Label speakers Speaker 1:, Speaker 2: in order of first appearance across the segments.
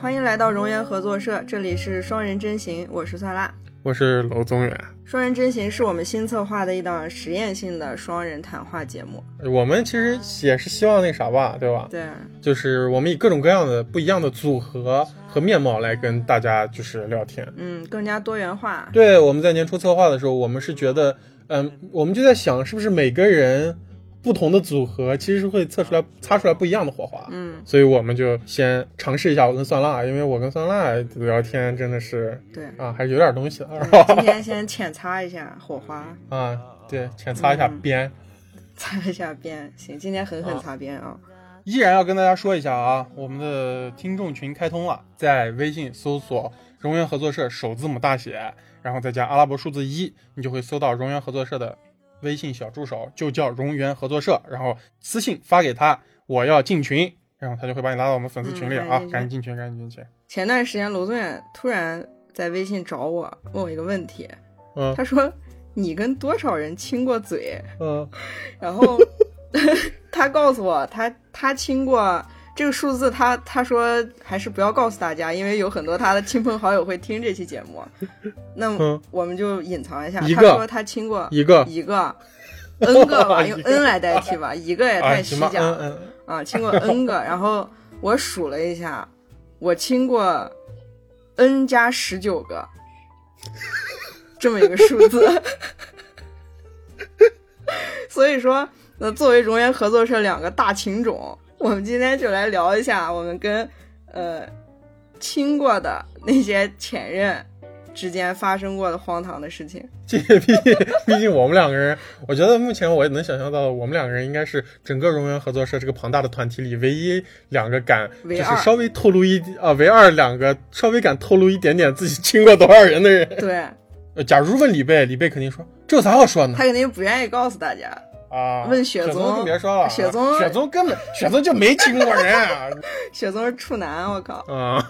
Speaker 1: 欢迎来到熔岩合作社，这里是双人真行，我是酸辣。
Speaker 2: 我是娄宗远。
Speaker 1: 双人真行是我们新策划的一档实验性的双人谈话节目。
Speaker 2: 我们其实也是希望那啥吧，对吧？
Speaker 1: 对，
Speaker 2: 就是我们以各种各样的不一样的组合和面貌来跟大家就是聊天。
Speaker 1: 嗯，更加多元化。
Speaker 2: 对，我们在年初策划的时候，我们是觉得，嗯，我们就在想，是不是每个人不同的组合，其实是会测出来、擦出来不一样的火花。
Speaker 1: 嗯，
Speaker 2: 所以我们就先尝试一下我跟酸辣，因为我跟酸辣聊天真的是
Speaker 1: 对。
Speaker 2: 啊，还是有点东西的，
Speaker 1: 嗯
Speaker 2: 是
Speaker 1: 今
Speaker 2: 吧？
Speaker 1: 天先浅擦一下火花，
Speaker 2: 啊，对，浅擦一
Speaker 1: 嗯
Speaker 2: 下边。
Speaker 1: 擦一下边。行，今天狠狠擦边啊、
Speaker 2: 依然要跟大家说一下啊，我们的听众群开通了，在微信搜索“荣源合作社”首字母大写，然后再加阿拉伯数字一，你就会搜到荣源合作社的微信小助手，就叫荣源合作社，然后私信发给他，我要进群，然后他就会把你拉到我们粉丝群里
Speaker 1: 嗯
Speaker 2: 啊，
Speaker 1: 赶
Speaker 2: 赶紧进群，赶紧进群。
Speaker 1: 前段时间罗宗远突然在微信找我，问我一个问题，
Speaker 2: 嗯
Speaker 1: 他说：“你跟多少人亲过嘴？”
Speaker 2: 嗯，
Speaker 1: 然后他告诉我，他他亲过这个数字他，他说还是不要告诉大家，因为有很多他的亲朋好友会听这期节目。那
Speaker 2: 嗯
Speaker 1: 我们就隐藏一下，
Speaker 2: 一
Speaker 1: 他
Speaker 2: 个
Speaker 1: 说他亲过
Speaker 2: 一个，
Speaker 1: 一个 n 个吧，用
Speaker 2: 一个
Speaker 1: n 来代替吧，一个也
Speaker 2: 啊，
Speaker 1: 太虚
Speaker 2: 行吧，
Speaker 1: 假
Speaker 2: 嗯
Speaker 1: 了
Speaker 2: 嗯，
Speaker 1: 啊，亲过 n 个。然后我数了一下，我亲过 n 加十九个，这么一个数字。 所以说，那作为熔岩合作社两个大情种，我们今天就来聊一下我们跟呃亲过的那些前任之间发生过的荒唐的事情。
Speaker 2: 这个毕竟毕竟我们两个人，我觉得目前我也能想象到的，我们两个人应该是整个荣源合作社这个庞大的团体里唯一两个敢，就
Speaker 1: 唯
Speaker 2: 是
Speaker 1: 二
Speaker 2: 稍微透露一啊唯二两个稍微敢透露一点点自己亲过多少人的人。
Speaker 1: 对
Speaker 2: 呃假如问李贝，李贝肯定说这有啥好说呢
Speaker 1: 他？肯定不愿意告诉大家，
Speaker 2: 啊，
Speaker 1: 问雪
Speaker 2: 雪
Speaker 1: 宗
Speaker 2: 宗就别说了，啊
Speaker 1: 雪宗
Speaker 2: 雪宗根本雪宗就没亲过人啊。
Speaker 1: 雪宗是处男，我靠，
Speaker 2: 啊，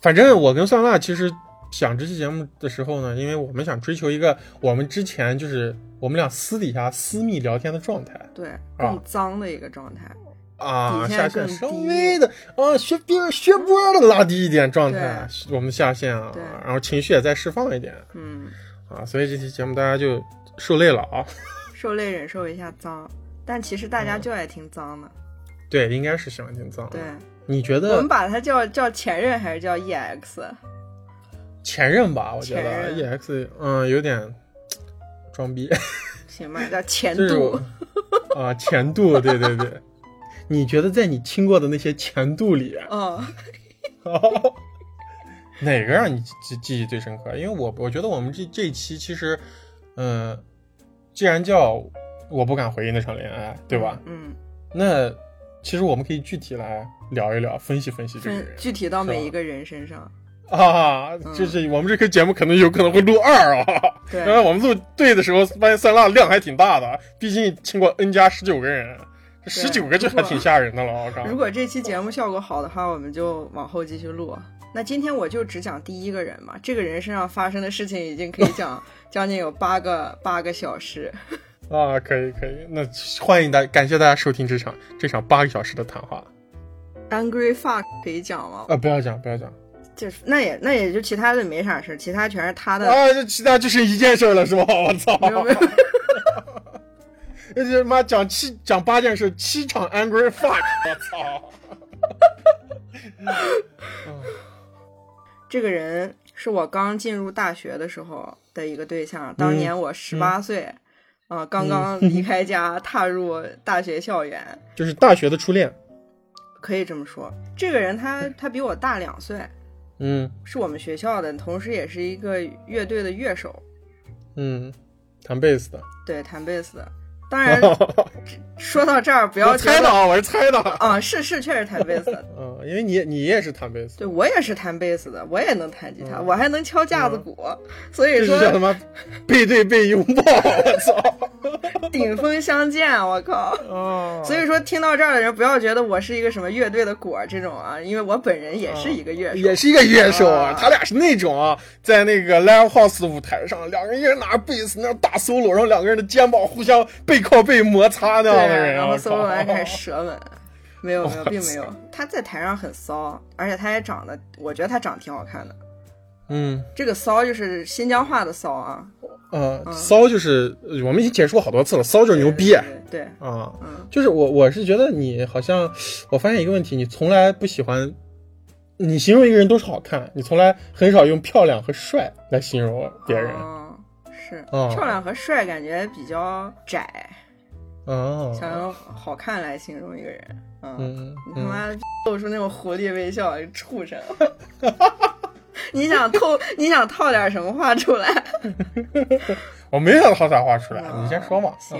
Speaker 2: 反正我跟酸辣其实想这期节目的时候呢，因为我们想追求一个我们之前就是我们俩私底下私密聊天的状态
Speaker 1: 对，
Speaker 2: 啊
Speaker 1: 更脏的一个状态。
Speaker 2: 啊，
Speaker 1: 底线
Speaker 2: 下线
Speaker 1: 更
Speaker 2: 稍
Speaker 1: 低
Speaker 2: 微的啊学边学波的拉低一点状态，我们下线啊
Speaker 1: 对，
Speaker 2: 然后情绪也再释放一点
Speaker 1: 嗯，
Speaker 2: 啊，所以这期节目大家就受累了啊。
Speaker 1: 受累忍受一下脏，但其实大
Speaker 2: 嗯
Speaker 1: 家就爱听脏的。
Speaker 2: 对，应该是喜欢听脏。
Speaker 1: 对，，
Speaker 2: 你觉
Speaker 1: 我们
Speaker 2: 得
Speaker 1: 把它叫叫前任还是叫 E EX？
Speaker 2: 前任吧？我觉得
Speaker 1: 前
Speaker 2: E
Speaker 1: 任
Speaker 2: X 嗯有点装逼。
Speaker 1: 行吧，叫前
Speaker 2: 这
Speaker 1: 度
Speaker 2: 种。啊，前度，对对对。你觉得在你亲过的那些前度里，啊
Speaker 1: 嗯，
Speaker 2: 哪个让你记记忆最深刻？因为我我觉得我们这这一期其实，嗯、既然叫我不敢回忆那场恋爱，对吧？
Speaker 1: 嗯，
Speaker 2: 那其实我们可以具体来聊一聊，分析分析这
Speaker 1: 分
Speaker 2: 个人
Speaker 1: 嗯具体到每一个人身上。
Speaker 2: 啊。就是我们这个节目可能有可能会录二啊。
Speaker 1: 嗯对
Speaker 2: 然后我们录对的时候，发现酸辣量还挺大的，毕竟亲过 N 加十九个人，这十九个就还挺吓人的了，我靠！
Speaker 1: 如果这期节目效果好的话，我们就往后继续录。啊那今天我就只讲第一个人嘛，这个人身上发生的事情已经可以 讲将近有八个八个小时。
Speaker 2: 啊，可以可以，那欢迎大，感谢大家收听这场这场八个小时的谈话
Speaker 1: Angry fuck 可以讲吗？
Speaker 2: 啊！不要讲不要讲
Speaker 1: 就是那也那也就其他的没啥事儿，其他全是他的。
Speaker 2: 啊，这其他就剩一件事儿了是吧？我操！
Speaker 1: 没有没有
Speaker 2: 那他妈讲七讲八件事，七场 angry fuck，我操！
Speaker 1: 这个人是我刚进入大学的时候的一个对象，
Speaker 2: 嗯
Speaker 1: 当年我十八岁，啊、刚刚离开家，踏入大学校园，
Speaker 2: 就是大学的初恋，
Speaker 1: 可以这么说。这个人他他比我大两岁，
Speaker 2: 嗯
Speaker 1: 是我们学校的，同时也是一个乐队的乐手，
Speaker 2: 嗯，弹贝斯的，
Speaker 1: 对，弹贝斯的。当哎然，说到这儿不要
Speaker 2: 哦我
Speaker 1: 觉
Speaker 2: 猜的
Speaker 1: 得
Speaker 2: 啊，我是猜的，
Speaker 1: 啊，是是，确实弹贝斯的。
Speaker 2: 嗯，因为你你也是弹贝斯的，
Speaker 1: 对我也是弹贝斯的，我也能弹吉他，我还能敲架子鼓，所以
Speaker 2: 哦这
Speaker 1: 说
Speaker 2: 是叫他妈背对背拥抱，我 操！
Speaker 1: 顶峰相见，我靠！
Speaker 2: 啊，
Speaker 1: 所以说，听到这儿的人不要觉得我是一个什么乐队的果儿这种啊，因为我本人也是一个乐手，
Speaker 2: 也是一个乐手啊
Speaker 1: 啊，
Speaker 2: 他俩是那种啊，在那个 live house 的舞台上，两个人一人拿着贝斯那样大 solo，然后两个人的肩膀互相背靠背摩擦那样的
Speaker 1: 对，
Speaker 2: 人啊，
Speaker 1: 然后
Speaker 2: 我
Speaker 1: solo
Speaker 2: 靠
Speaker 1: 完开始舌吻，没有没有，
Speaker 2: 哇
Speaker 1: 并没
Speaker 2: 塞
Speaker 1: 有。他在台上很骚，而且他也长得，我觉得他长得挺好看的。
Speaker 2: 嗯，
Speaker 1: 这个骚就是新疆话的骚啊，
Speaker 2: 呃，
Speaker 1: 嗯
Speaker 2: 骚就是呃我们已经解释过好多次了，骚就是牛逼
Speaker 1: 对
Speaker 2: 啊、
Speaker 1: 对，对嗯，
Speaker 2: 就是我我是觉得你好像，我发现一个问题，你从来不喜欢，你形容一个人都是好看，你从来很少用漂亮和帅来形容别人啊
Speaker 1: 嗯是
Speaker 2: 哦
Speaker 1: 漂亮和帅感觉比较窄，。想用好看来形容一个人，嗯，
Speaker 2: 嗯
Speaker 1: 你他
Speaker 2: 嗯，
Speaker 1: 妈露出那种狐狸微笑，畜生！ 你想透， 你想套点什么话出来？
Speaker 2: 我没想到啥话出来，
Speaker 1: 嗯
Speaker 2: 你先说嘛。
Speaker 1: 行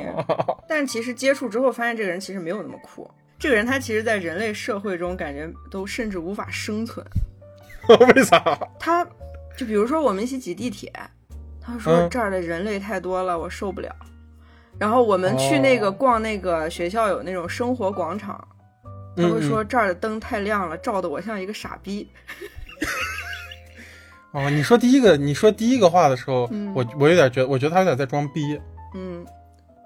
Speaker 1: 但其实接触之后发现，这个人其实没有那么酷。这个人他其实，在人类社会中，感觉都甚至无法生存。
Speaker 2: 为啥？
Speaker 1: 他，就比如说我们一起挤地铁，他说、
Speaker 2: 嗯
Speaker 1: 这儿的人类太多了，我受不了。然后我们去
Speaker 2: 哦
Speaker 1: 那个、逛那个学校有那种生活广场，他
Speaker 2: 嗯
Speaker 1: 会说这儿的灯太亮了，照得我像一个傻逼。
Speaker 2: 哦，你说第一个，你说第一个话的时候，
Speaker 1: 嗯
Speaker 2: 我我有点觉得，我觉得他有点在装逼，
Speaker 1: 嗯，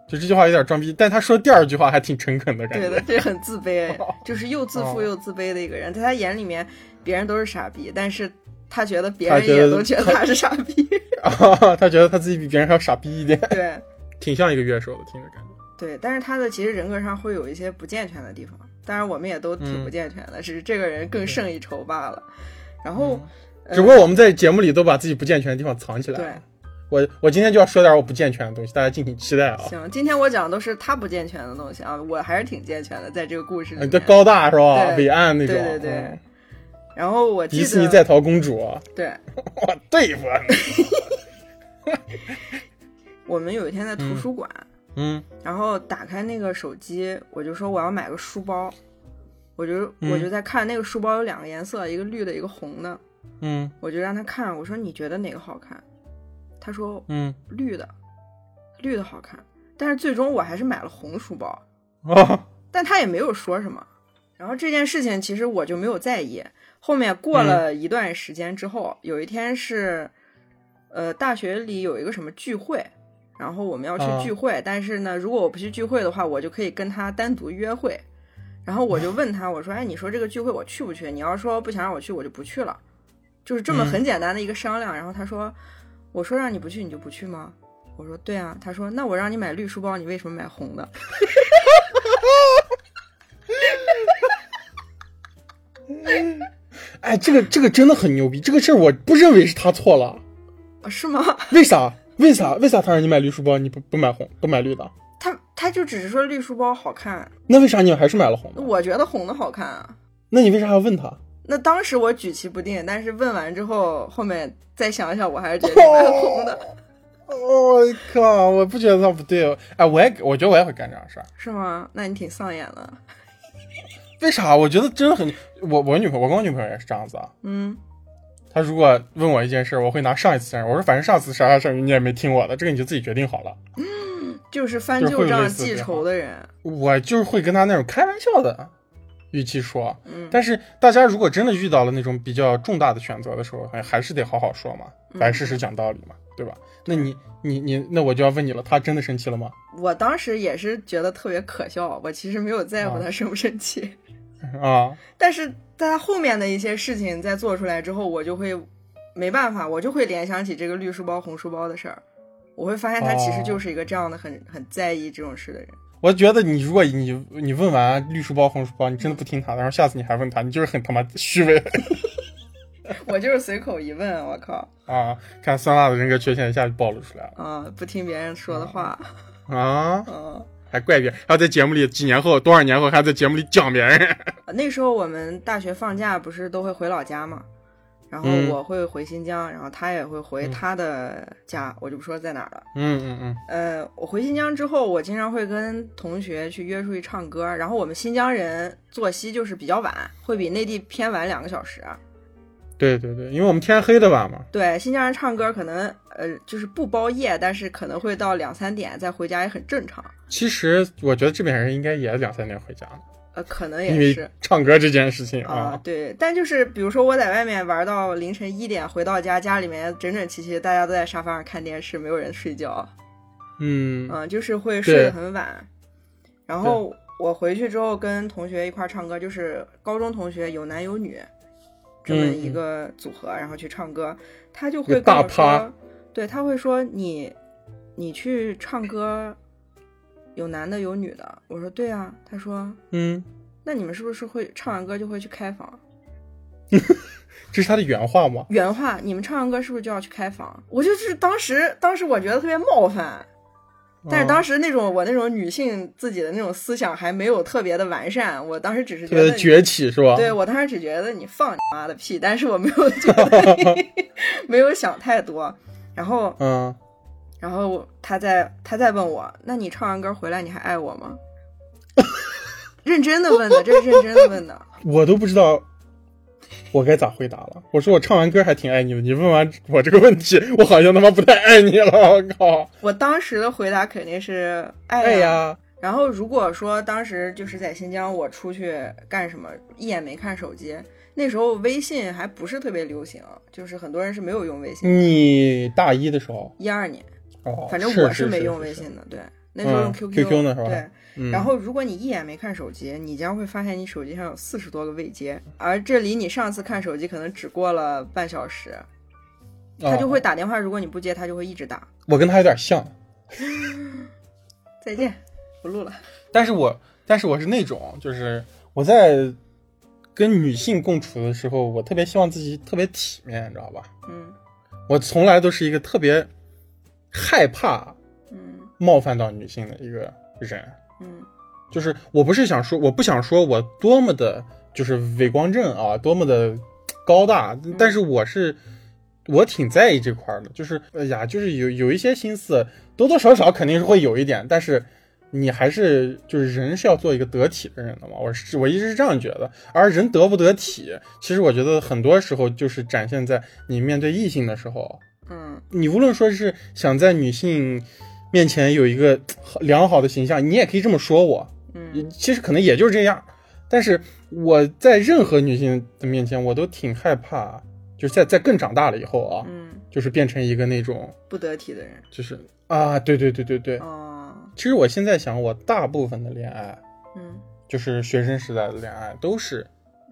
Speaker 2: 就这句话有点装逼，但他说第二句话还挺诚恳的感
Speaker 1: 对
Speaker 2: 觉。
Speaker 1: 的，这很自卑，就是又自负
Speaker 2: 哦
Speaker 1: 又自卑的一个人。在他眼里面，别人都是傻逼，但是他觉得别
Speaker 2: 他
Speaker 1: 人
Speaker 2: 觉
Speaker 1: 也
Speaker 2: 得
Speaker 1: 都觉得
Speaker 2: 他
Speaker 1: 他是傻 逼。
Speaker 2: 啊，他觉得他自己比别人还要傻逼一点，
Speaker 1: 对。
Speaker 2: 挺像一个乐手的，听着感觉。
Speaker 1: 对，但是他的其实人格上会有一些不健全的地方，当然我们也都挺不
Speaker 2: 嗯
Speaker 1: 健全的，只是这个人更胜一筹罢了。然后，呃
Speaker 2: 只不过我们在节目里都把自己不健嗯全的地方藏起来。
Speaker 1: 对，
Speaker 2: 我我今天就要说点我不健全的东西，大家敬请期待啊！
Speaker 1: 行，今天我讲的都是他不健全的东西啊，我还是挺健全的，在这个故事
Speaker 2: 呃
Speaker 1: 里
Speaker 2: 你的
Speaker 1: 面。
Speaker 2: 高大是吧？
Speaker 1: 对
Speaker 2: 伟岸那种。
Speaker 1: 对对对
Speaker 2: 嗯
Speaker 1: 然后我记
Speaker 2: 迪士尼
Speaker 1: 得，
Speaker 2: 在逃公主，我
Speaker 1: 对
Speaker 2: 对付啊你。
Speaker 1: 我们有一天在图书馆，
Speaker 2: 嗯
Speaker 1: 然后打开那个手机，我就说我要买个书包，我就我就
Speaker 2: 嗯
Speaker 1: 在看那个书包有两个颜色，一个绿的，一个红的，
Speaker 2: 嗯
Speaker 1: 我就让他看，我说你觉得哪个好看？他说
Speaker 2: 嗯
Speaker 1: 绿的，绿的好看。但是最终我还是买了红书包，
Speaker 2: 啊
Speaker 1: 但他也没有说什么。然后这件事情其实我就没有在意。后面过了一段时间之后，有一天是，呃，大学里有一个什么聚会，然后我们要去
Speaker 2: 啊
Speaker 1: 聚会，但是呢，如果我不去聚会的话，我就可以跟他单独约会。然后我就问他，我说：“哎，你说这个聚会我去不去？你要说不想让我去，我就不去了。”就是这么
Speaker 2: 嗯
Speaker 1: 很简单的一个商量。然后他说：“我说让你不去，你就不去吗？”我说：“对啊。”他说：“那我让你买绿书包，你为什么买红的？”
Speaker 2: 哎，这个这个真的很牛逼，这个事儿我不认为是他错了，
Speaker 1: 啊是吗？
Speaker 2: 为啥？为啥？为啥他让你买绿书包，你不不买红，不买绿的？
Speaker 1: 他他就只是说绿书包好看，
Speaker 2: 那为啥你还是买了红的？
Speaker 1: 我觉得红的好看啊。
Speaker 2: 那你为啥要问他？
Speaker 1: 那当时我举棋不定，但是问完之后，后面再想想，我还是决定买哦红的，
Speaker 2: 哦我靠！我不觉得他不对哦，哎，我也我觉得我也会干这样的事儿。
Speaker 1: 是吗？那你挺丧眼的，
Speaker 2: 为啥？我觉得真的很，我我女朋友，我跟我女朋友也是这样子啊。
Speaker 1: 嗯，
Speaker 2: 她如果问我一件事，我会拿上一次事儿，我说反正上次啥啥事儿你也没听我的，这个你就自己决定好了。
Speaker 1: 就是翻
Speaker 2: 就是会
Speaker 1: 旧
Speaker 2: 有
Speaker 1: 账
Speaker 2: 类似
Speaker 1: 记
Speaker 2: 这样
Speaker 1: 仇的人，
Speaker 2: 我就是会跟她那种开玩笑的语气说，
Speaker 1: 嗯
Speaker 2: 但是大家如果真的遇到了那种比较重大的选择的时候，还还是得好好说嘛，白事实讲道理嘛，对吧？那你你你，那我就要问你了，她真的生气了吗？
Speaker 1: 我当时也是觉得特别可笑，我其实没有在乎
Speaker 2: 哦
Speaker 1: 他生不生气，
Speaker 2: 啊，
Speaker 1: 但是在他后面的一些事情在做出来之后，我就会没办法，我就会联想起这个绿书包红书包的事儿，我会发现他其实
Speaker 2: 哦
Speaker 1: 就是一个这样的很很在意这种事的人。
Speaker 2: 我觉得你如果你你问完绿书包红书包，你真的不听她的，然后下次你还问她，你就是很他妈虚伪。
Speaker 1: 我就是随口一问，我靠，
Speaker 2: 啊，看酸辣的人格缺陷一下就暴露出来了
Speaker 1: 啊、不听别人说的话，
Speaker 2: 啊！
Speaker 1: 嗯、
Speaker 2: 还怪别人，还要在节目里几年后、多少年后还要在节目里讲别人。
Speaker 1: 嗯那时候我们大学放假不是都会回老家嘛，然后
Speaker 2: 嗯
Speaker 1: 我会回新疆，然后他也会回他的家，我就不说在哪儿了。
Speaker 2: 嗯嗯嗯，
Speaker 1: 呃，我回新疆之后，我经常会跟同学去约出去唱歌，然后我们新疆人作息就是比较晚，会比内地偏晚两个小时。
Speaker 2: 对对对，因为我们天黑的晚嘛。
Speaker 1: 对，新疆人唱歌可能呃就是不包夜，但是可能会到两三点再回家也很正常。
Speaker 2: 其实我觉得这边人应该也两三点回家了，
Speaker 1: 呃，可能
Speaker 2: 因
Speaker 1: 也是
Speaker 2: 为。唱歌这件事情
Speaker 1: 啊
Speaker 2: 啊，，
Speaker 1: 对，但就是比如说我在外面玩到凌晨一点，回到家，家里面整整齐齐，大家都在沙发上看电视，没有人睡觉，啊
Speaker 2: 嗯
Speaker 1: 嗯，就是会睡得
Speaker 2: 对
Speaker 1: 很晚。然后我回去之后跟同学一块儿唱歌，就是高中同学有男有女这么
Speaker 2: 嗯
Speaker 1: 一
Speaker 2: 嗯
Speaker 1: 个组合，然后去唱歌，他就
Speaker 2: 一
Speaker 1: 会
Speaker 2: 个大
Speaker 1: 跟我
Speaker 2: 趴
Speaker 1: 说，对他会说你你去唱歌，有男的有女的，我说对啊，他说
Speaker 2: 嗯，
Speaker 1: 那你们是不是会唱完歌就会去开房？
Speaker 2: 这是他的原话吗？
Speaker 1: 原话，你们唱完歌是不是就要去开房？我就是当时，当时我觉得特别冒犯，但是当
Speaker 2: 时、
Speaker 1: 时那种我那种女性自己的那种思想还没有特别的完善，我当时只是
Speaker 2: 特
Speaker 1: 觉
Speaker 2: 别
Speaker 1: 得
Speaker 2: 的崛起是吧？
Speaker 1: 对我当时只觉得你放你妈的屁，但是我没有觉得你没有想太多。然后，
Speaker 2: 嗯，
Speaker 1: 然后他再他再问我，那你唱完歌回来你还爱我吗？ 认真的问的，这是认真的问的。
Speaker 2: 我都不知道我该咋回答了。我说我唱完歌还挺爱你的，你问完我这个问题，我好像他妈不太爱你了。 我靠！
Speaker 1: 我当时的回答肯定是爱啊
Speaker 2: 哎
Speaker 1: 呀、
Speaker 2: 呀，
Speaker 1: 然后如果说当时就是在新疆，我出去干什么，一眼没看手机，那时候微信还不是特别流行，就是很多人是没有用微
Speaker 2: 嗯
Speaker 1: 信。
Speaker 2: 你大一的时候，
Speaker 1: 一二年，
Speaker 2: 哦，
Speaker 1: 反正
Speaker 2: 是
Speaker 1: 我
Speaker 2: 是
Speaker 1: 没
Speaker 2: 是
Speaker 1: 用
Speaker 2: 是
Speaker 1: 微
Speaker 2: 是
Speaker 1: 信的，对，那时候用
Speaker 2: 嗯
Speaker 1: QQ，、
Speaker 2: QQ 呢是吧
Speaker 1: 对，
Speaker 2: 嗯、
Speaker 1: 然后如果你一眼没看手机，你将会发现你手机上有四十多个未接，而这离你上次看手机可能只过了半小时，他就会
Speaker 2: 哦
Speaker 1: 打电话，如果你不接，他就会一直打。
Speaker 2: 我跟他有点像，
Speaker 1: 再见，不录了。
Speaker 2: 但是我但是我是那种，就是我在跟女性共处的时候，我特别希望自己特别体面，你知道吧？
Speaker 1: 嗯
Speaker 2: 我从来都是一个特别害怕
Speaker 1: 嗯
Speaker 2: 冒犯到女性的一个人，
Speaker 1: 嗯
Speaker 2: 就是我不是想说，我不想说我多么的就是伟光正啊，多么的高大，但是我是我挺在意这块儿的，就是哎呀，就是有有一些心思，多多少少肯定是会有一点，但是你还是就是人是要做一个得体的人的嘛，我是我一直是这样觉得，而人得不得体，其实我觉得很多时候就是展现在你面对异性的时候，
Speaker 1: 嗯
Speaker 2: 你无论说是想在女性面前有一个呃良好的形象，你也可以这么说我，
Speaker 1: 嗯
Speaker 2: 其实可能也就是这样。但是我在任何女性的面前，我都挺害怕，就是在在更长大了以后啊，
Speaker 1: 嗯，
Speaker 2: 就是变成一个那种，
Speaker 1: 不得体的人。
Speaker 2: 就是啊，对对对对对。
Speaker 1: 哦，
Speaker 2: 其实我现在想，我大部分的恋爱，
Speaker 1: 嗯
Speaker 2: 就是学生时代的恋爱，都是，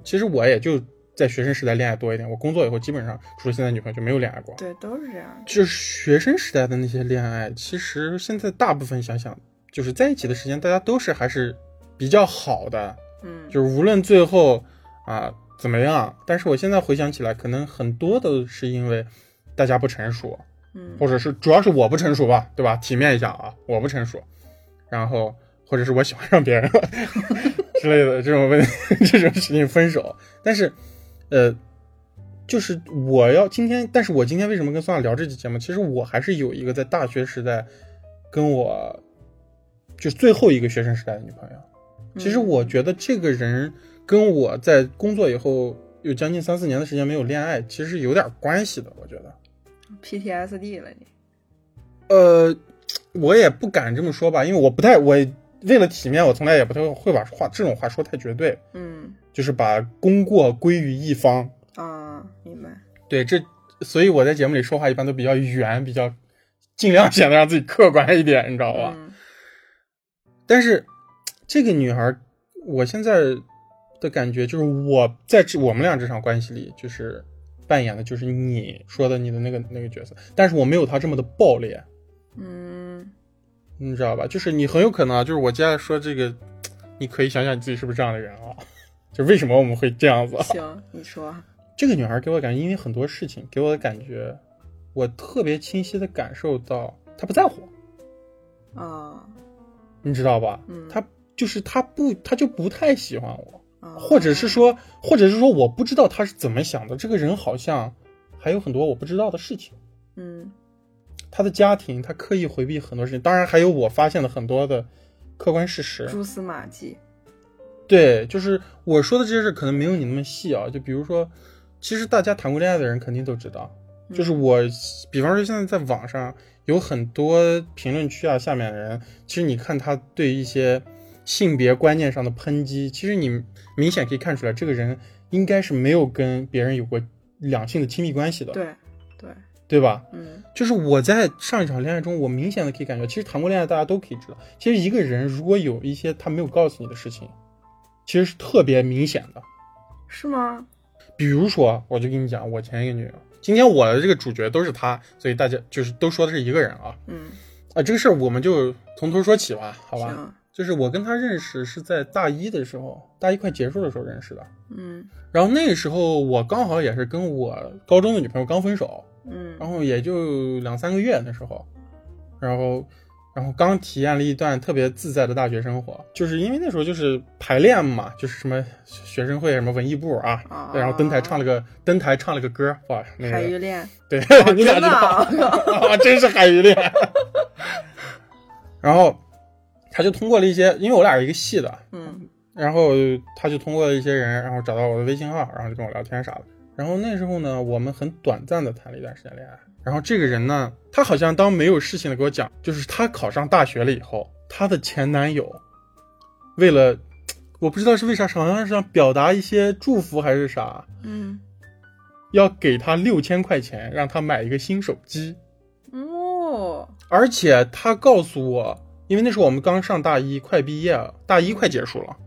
Speaker 2: 其实我也就在学生时代恋爱多一点。我工作以后，基本上除了现在女朋友就没有恋爱过，。
Speaker 1: 对，都是这样。
Speaker 2: 就是学生时代的那些恋爱，其实现在大部分想想，就是在一起的时间，大家都是还是比较好的，
Speaker 1: 嗯，
Speaker 2: 就是无论最后啊、怎么样，但是我现在回想起来，可能很多都是因为大家不成熟，
Speaker 1: 嗯
Speaker 2: 或者是主要是我不成熟吧，对吧？体面一下啊，我不成熟，然后或者是我喜欢上别人 了之类的这种问 题，这种事情分手。但是，呃，就是我要今天，但是我今天为什么跟孙娜聊这期节目？其实我还是有一个在大学时代跟我就是最后一个学生时代的女朋友。其实
Speaker 1: 嗯
Speaker 2: 我觉得这个人跟我在工作以后有将近三四年的时间没有恋爱，其实有点关系的，我觉得。
Speaker 1: PTSD 了你。
Speaker 2: 呃，我也不敢这么说吧，因为我不太，我为了体面，我从来也不太会把话这种话说太绝对，
Speaker 1: 嗯
Speaker 2: 就是把功过归于一方。
Speaker 1: 啊，明白。
Speaker 2: 对，这所以我在节目里说话一般都比较圆，比较尽量显得让自己客观一点，你知道吧？
Speaker 1: 嗯
Speaker 2: 但是这个女孩，我现在的感觉就是我在这我们俩这场关系里，就是扮演的就是你说的你的那个那个角色，但是我没有她这么的暴烈。
Speaker 1: 嗯
Speaker 2: 你知道吧？就是你很有可能啊，就是我接下来说这个，你可以想想你自己是不是这样的人啊？ 就为什么我们会这样子啊？
Speaker 1: 行，你说。
Speaker 2: 这个女孩给我感觉，因为很多事情给我的感觉，我特别清晰的感受到她不在乎，
Speaker 1: 啊
Speaker 2: 你知道吧？
Speaker 1: 嗯
Speaker 2: 她就是她不，她就不太喜欢我，
Speaker 1: 啊，
Speaker 2: 或者是说，或者是说我不知道她是怎么想的。这个人好像还有很多我不知道的事情。
Speaker 1: 嗯
Speaker 2: 她的家庭，她刻意回避很多事情，当然还有我发现的很多的客观事实。
Speaker 1: 蛛丝马迹。
Speaker 2: 对，就是我说的这些事可能没有你那么细啊。就比如说，其实大家谈过恋爱的人肯定都知道，
Speaker 1: 嗯
Speaker 2: 就是我，比方说现在在网上有很多评论区啊，下面的人，其实你看他对一些性别观念上的抨击，其实你明显可以看出来，这个人应该是没有跟别人有过两性的亲密关系的，
Speaker 1: 对对，
Speaker 2: 对吧？
Speaker 1: 嗯
Speaker 2: 就是我在上一场恋爱中，我明显的可以感觉，其实谈过恋爱，大家都可以知道，其实一个人如果有一些他没有告诉你的事情，其实是特别明显的。
Speaker 1: 是吗？
Speaker 2: 比如说，我就跟你讲，我前一个女友，今天我的这个主角都是她，所以大家就是都说的是一个人啊
Speaker 1: 嗯，
Speaker 2: 啊，这个事儿我们就从头说起吧，好吧？
Speaker 1: 行，
Speaker 2: 就是我跟她认识是在大一的时候，大一快结束的时候认识的，
Speaker 1: 嗯
Speaker 2: 然后那个时候我刚好也是跟我高中的女朋友刚分手，然
Speaker 1: 嗯
Speaker 2: 后也就两三个月那时候，然后，然后刚体验了一段特别自在的大学生活，就是因为那时候就是排练嘛，就是什么学生会、什么文艺部啊，
Speaker 1: 啊
Speaker 2: 然后登台唱了个登台唱了个歌，哇，那
Speaker 1: 海
Speaker 2: 个
Speaker 1: 鱼恋，
Speaker 2: 对，
Speaker 1: 哦
Speaker 2: 你咋
Speaker 1: 真的
Speaker 2: 知道？
Speaker 1: 啊
Speaker 2: 啊，真是 海鱼恋。然后他就通过了一些，因为我俩是一个系的，
Speaker 1: 嗯
Speaker 2: 然后他就通过一些人，然后找到我的微信号，然后就跟我聊天啥的。然后那时候呢，我们很短暂的谈了一段时间恋爱。然后这个人呢，他好像当没有事情的给我讲，就是他考上大学了以后，她的前男友为了我不知道是为啥，好像是想表达一些祝福还是啥，
Speaker 1: 嗯，
Speaker 2: 要给她六千块钱，让她买一个新手机。
Speaker 1: 哦，
Speaker 2: 而且他告诉我，因为那时候我们刚上大一，快毕业了，大一快结束了。
Speaker 1: 嗯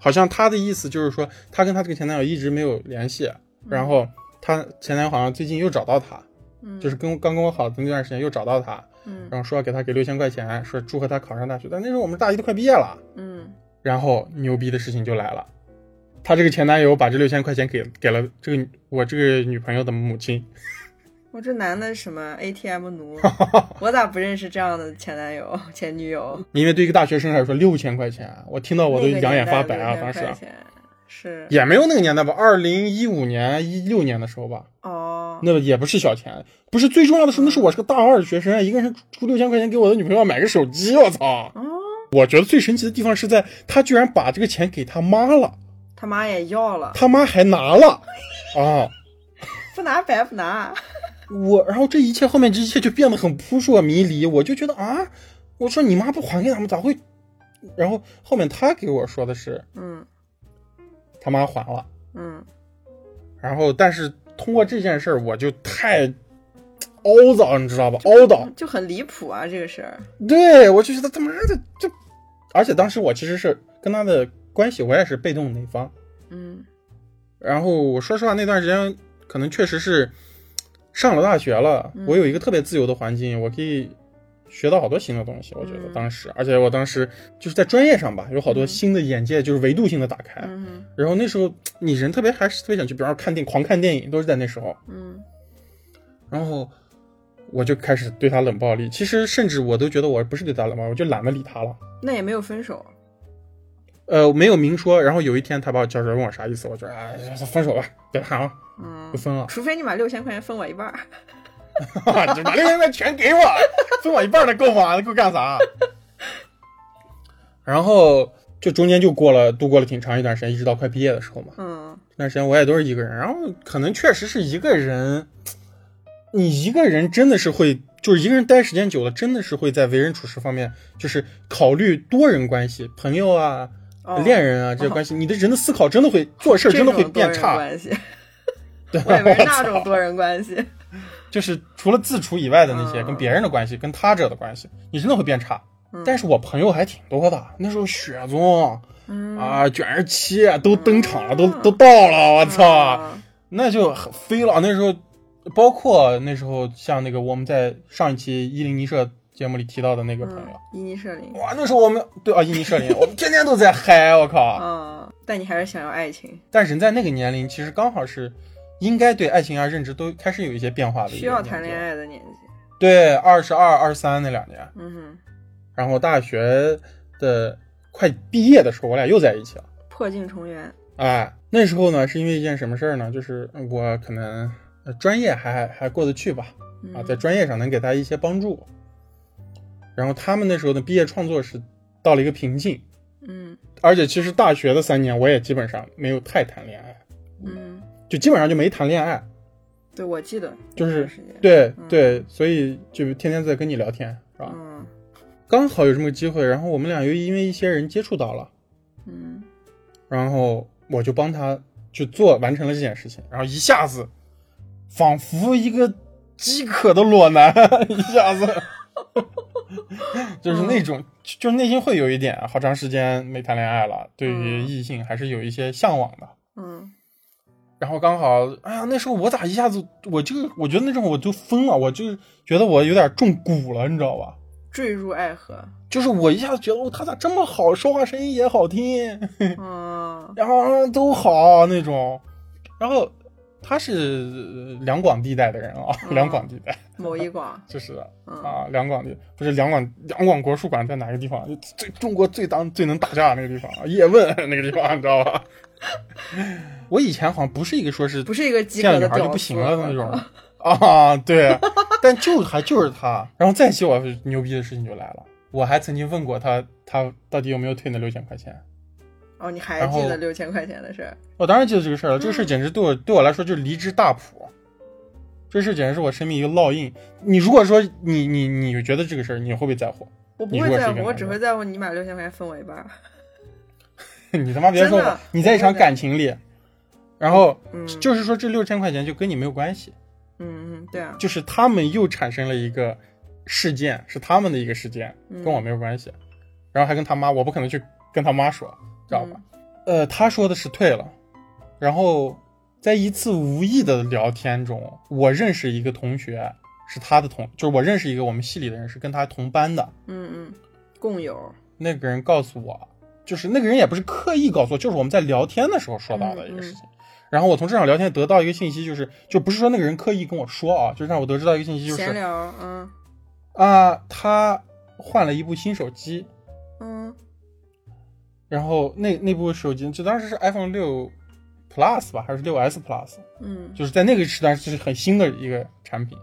Speaker 2: 好像她的意思就是说，她跟她这个前男友一直没有联系，然后她前男友好像最近又找到她，
Speaker 1: 嗯，
Speaker 2: 就是跟刚跟我好的那段时间又找到她，
Speaker 1: 嗯
Speaker 2: 然后说要给她给六千块钱，说祝贺她考上大学。但那时候我们大一都快毕业了，
Speaker 1: 嗯
Speaker 2: 然后牛逼的事情就来了，她这个前男友把这六千块钱给给了这个女我这个女朋友的母亲，
Speaker 1: 我这男的什么 ATM 奴，我咋不认识这样的前男友、前女友？
Speaker 2: 因为对一个大学生来说六千块钱，啊我听 到我都
Speaker 1: 那个
Speaker 2: 两眼
Speaker 1: 年代
Speaker 2: 发
Speaker 1: 的
Speaker 2: 白啊，
Speaker 1: 6000
Speaker 2: 当时
Speaker 1: 块
Speaker 2: 啊
Speaker 1: 钱是
Speaker 2: 也没有那个年代吧，二零一五年一六年的时候吧，
Speaker 1: 哦，
Speaker 2: 那也不是小钱，不是最重要的是，那是我是个大二学生，啊一个人出六千块钱给我的女朋友买个手机，我操！
Speaker 1: 哦，
Speaker 2: 我觉得最神奇的地方是在他居然把这个钱给他妈了，
Speaker 1: 他妈也要了，
Speaker 2: 他妈还拿了，啊！
Speaker 1: 不拿白不拿。
Speaker 2: 我然后这一切后面这一切就变得很扑朔迷离，我就觉得啊，我说你妈不还给咱们咋会？然后后面他给我说的是
Speaker 1: 嗯
Speaker 2: 他妈还了，
Speaker 1: 嗯
Speaker 2: 然后但是通过这件事儿我就太凹糟，你知道吧？凹糟，
Speaker 1: 就很离谱啊，这个事儿。
Speaker 2: 对，我就觉得他妈的这，而且当时我其实是跟他的关系，我也是被动的那一方。
Speaker 1: 嗯
Speaker 2: 然后我说实话，那段时间可能确实是上了大学了，
Speaker 1: 嗯
Speaker 2: 我有一个特别自由的环境，我可以学到好多新的东西。我觉得
Speaker 1: 嗯
Speaker 2: 当时，而且我当时就是在专业上吧，有好多
Speaker 1: 嗯
Speaker 2: 新的眼界，就是维度性的打开。
Speaker 1: 嗯
Speaker 2: 然后那时候你人特别还是特别想去，比方说看电狂看电影，都是在那时候。
Speaker 1: 嗯
Speaker 2: 然后我就开始对他冷暴力，其实甚至我都觉得我不是对他冷暴力，我就懒得理他了。
Speaker 1: 那也没有分手。
Speaker 2: 呃，没有明说。然后有一天他把我叫出来问我啥意思，我就说哎，分手吧，别谈了，
Speaker 1: 嗯
Speaker 2: 不，分 了，
Speaker 1: 除非你把六千块钱分我一半儿。
Speaker 2: 就把六千块全给我，分我一半儿的够吗？够干啥？啊然后就中间就过了，度过了挺长一段时间，一直到快毕业的时候嘛。
Speaker 1: 嗯
Speaker 2: 那段时间我也都是一个人，然后可能确实是一个人，你一个人真的是会，就是一个人待时间久了，真的是会在为人处事方面，就是考虑多人关系、朋友啊、
Speaker 1: 哦，
Speaker 2: 恋人啊这些 关系，你的人的思考真的会做事儿真的会
Speaker 1: 这种多
Speaker 2: 变
Speaker 1: 人
Speaker 2: 差，
Speaker 1: 关系，
Speaker 2: 对，
Speaker 1: 我以 为那
Speaker 2: 我
Speaker 1: 种
Speaker 2: 操
Speaker 1: 多人关系。
Speaker 2: 就是除了自处以外的那些
Speaker 1: 嗯
Speaker 2: 跟别人的关系、跟他者的关系，你真的会变差。
Speaker 1: 嗯
Speaker 2: 但是我朋友还挺多的，那时候雪宗
Speaker 1: 嗯，
Speaker 2: 啊、卷十七啊都登场了，都都到了，我操，
Speaker 1: 啊！
Speaker 2: 那就很飞了。那时候，包括那时候像那个我们在上一期一零一社节目里提到的那个朋友
Speaker 1: 嗯，，伊尼舍林。
Speaker 2: 哇，那时候我们对啊，印尼社林，我们天天都在嗨，我靠，啊
Speaker 1: 嗯，但你还是想要爱情，
Speaker 2: 但人在那个年龄，其实刚好是应该对爱情啊认知都开始有一些变化的，
Speaker 1: 需要谈恋。爱的年纪。
Speaker 2: 对，二十二、二十三那两年，
Speaker 1: 嗯
Speaker 2: 然后大学的快毕业的时候，我俩又在一起了。
Speaker 1: 哼，破镜重圆。
Speaker 2: 哎，那时候呢，是因为一件什么事儿呢？就是我可能呃专业还还还过得去吧，
Speaker 1: 嗯
Speaker 2: 啊，在专业上能给他一些帮助。然后他们那时候的毕业创作是到了一个瓶颈，
Speaker 1: 嗯
Speaker 2: 而且其实大学的三年，我也基本上没有太谈恋爱，
Speaker 1: 嗯，
Speaker 2: 就基本上就没谈恋爱。
Speaker 1: 对，我记得
Speaker 2: 就是
Speaker 1: 那段时间。
Speaker 2: 对
Speaker 1: 嗯
Speaker 2: 对，所以就天天在跟你聊天，是吧？
Speaker 1: 嗯
Speaker 2: 刚好有这么个机会，然后我们俩又因为一些人接触到了，
Speaker 1: 嗯
Speaker 2: 然后我就帮他去做，完成了这件事情，然后一下子，仿佛一个饥渴的裸男，一下 子
Speaker 1: 嗯
Speaker 2: 就是那种，就是内心会有一点，好长时间没谈恋爱了，对于异性还是有一些向往的。
Speaker 1: 嗯
Speaker 2: 然后刚好，哎呀，那时候我咋一下子，我就我觉得那时候我就疯了，我就觉得我有点中蛊了，你知道吧？
Speaker 1: 坠入爱河，
Speaker 2: 就是我一下子觉得，哦，他咋这么好，说话声音也好听，
Speaker 1: 嗯
Speaker 2: 然后啊都好那种。然后他是呃两广地带的人啊，
Speaker 1: 嗯
Speaker 2: 两广地带
Speaker 1: 某一广，
Speaker 2: 就是
Speaker 1: 嗯
Speaker 2: 啊，两广地不是两广两广国术馆在哪个地方？最中国最当最能打架的那个地方，叶问 那个地方，你知道吧？ 我以前好像不是一个说是
Speaker 1: 不是一个饥
Speaker 2: 见
Speaker 1: 渴
Speaker 2: 了女
Speaker 1: 的
Speaker 2: 孩
Speaker 1: 屌丝
Speaker 2: 就不行了那种。 啊，对， 但就还就是他，然后再起我牛逼的事情就来了，我还曾经问过他，他到底有没有退那六千块钱？
Speaker 1: 哦，你还
Speaker 2: 然后
Speaker 1: 记得六千块钱的事儿？
Speaker 2: 我当然记得这个事儿了，这个事儿简直对我对我来说就是离之大谱，这事儿简直是我生命一个烙印。你如果说你你你觉得这个事儿，你会不会在乎？
Speaker 1: 我不
Speaker 2: 你
Speaker 1: 会
Speaker 2: 如果
Speaker 1: 在
Speaker 2: 是一
Speaker 1: 乎，
Speaker 2: 个
Speaker 1: 我
Speaker 2: 男
Speaker 1: 只
Speaker 2: 的
Speaker 1: 会在乎你把六千块钱分我一半儿。
Speaker 2: 你他妈别
Speaker 1: 真
Speaker 2: 说我
Speaker 1: 的，
Speaker 2: 你在一场感情里，然后
Speaker 1: 嗯
Speaker 2: 就是说这六千块钱就跟你没有关系，
Speaker 1: 嗯嗯，对啊，
Speaker 2: 就是他们又产生了一个事件，是他们的一个事件，
Speaker 1: 嗯
Speaker 2: 跟我没有关系，然后还跟他妈，我不可能去跟他妈说，知
Speaker 1: 嗯
Speaker 2: 道吧？呃，他说的是退了，然后在一次无意的聊天中，我认识一个同学，是他的同，就是我认识一个我们系里的人，是跟他同班的，
Speaker 1: 嗯嗯，共有
Speaker 2: 那个人告诉我，就是那个人也不是刻意告诉我，就是我们在聊天的时候说到的一
Speaker 1: 嗯
Speaker 2: 个事情。然后我从这场聊天得到一个信息，就是就不是说那个人刻意跟我说啊，就是让我得知到一个信息，就
Speaker 1: 闲
Speaker 2: 是
Speaker 1: 聊，嗯
Speaker 2: 啊、他换了一部新手机，
Speaker 1: 嗯
Speaker 2: 然后那那部手机就当时是 iPhone 六 Plus 吧，还是六 S Plus，
Speaker 1: 嗯
Speaker 2: 就是在那个时代是很新的一个产品。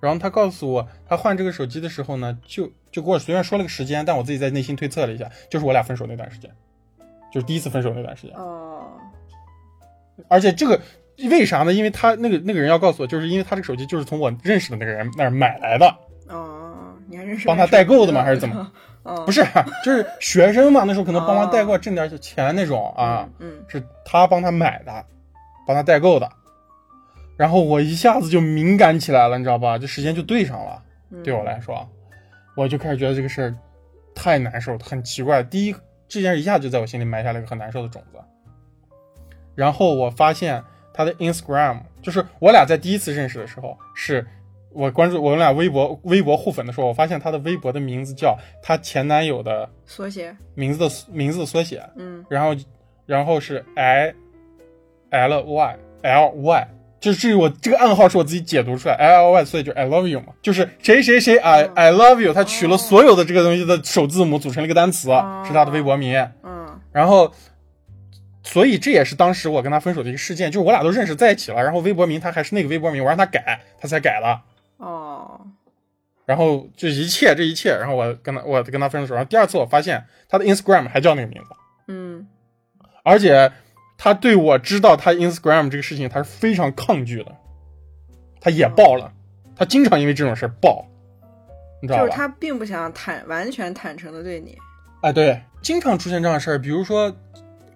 Speaker 2: 然后他告诉我，他换这个手机的时候呢，就就给我随便说了个时间，但我自己在内心推测了一下，就是我俩分手那段时间，就是第一次分手那段时间。
Speaker 1: 哦，
Speaker 2: 而且这个为啥呢？因为他那个那个人要告诉我，就是因为他这个手机就是从我认识的那个人那儿买来的，
Speaker 1: 哦，你还认识
Speaker 2: 帮
Speaker 1: 那
Speaker 2: 他
Speaker 1: 手
Speaker 2: 代
Speaker 1: 机
Speaker 2: 购
Speaker 1: 了
Speaker 2: 的 吗还是怎么？
Speaker 1: 哦，
Speaker 2: 不是， 就是学生嘛，那时候可能帮忙代购挣点小钱那种啊，
Speaker 1: 嗯，
Speaker 2: 是他帮他买的，帮他代购的。然后我一下子就敏感起来了，你知道吧？这时间就对上了。
Speaker 1: 嗯，
Speaker 2: 对我来说，我就开始觉得这个事儿太难受，很奇怪。第一，这件事一下就在我心里埋下了一个很难受的种子。然后我发现他的 Instagram，就是我俩在第一次认识的时候，是我关注我们俩微博微博互粉的时候，我发现他的微博的名字叫她前男友的
Speaker 1: 缩写，
Speaker 2: 名字的名字的缩写，
Speaker 1: 嗯
Speaker 2: 然后然后是 I L Y L Y，就是这是我这个暗号是我自己解读出来 L L Y，所以就 I love you 嘛，就是谁谁谁 I、
Speaker 1: 哦
Speaker 2: I love you，他取了所有的这个东西的首字母组成了一个单词，
Speaker 1: 哦
Speaker 2: 是他的微博名。
Speaker 1: 嗯
Speaker 2: 然后，所以这也是当时我跟他分手的一个事件，就是我俩都认识在一起了，然后微博名他还是那个微博名，我让他改，他才改了。
Speaker 1: 哦，
Speaker 2: 然后就一切这一切，然后我跟他我跟他分手，然后第二次我发现他的 Instagram 还叫那个名字。
Speaker 1: 嗯
Speaker 2: 而且他对我知道他 Instagram 这个事情，他是非常抗拒的，他也爆了，他经常因为这种事儿爆，你知
Speaker 1: 就
Speaker 2: 道
Speaker 1: 是
Speaker 2: 吧？
Speaker 1: 他并不想坦完全坦诚的对你，
Speaker 2: 哎，对，经常出现这样的事儿，比如说，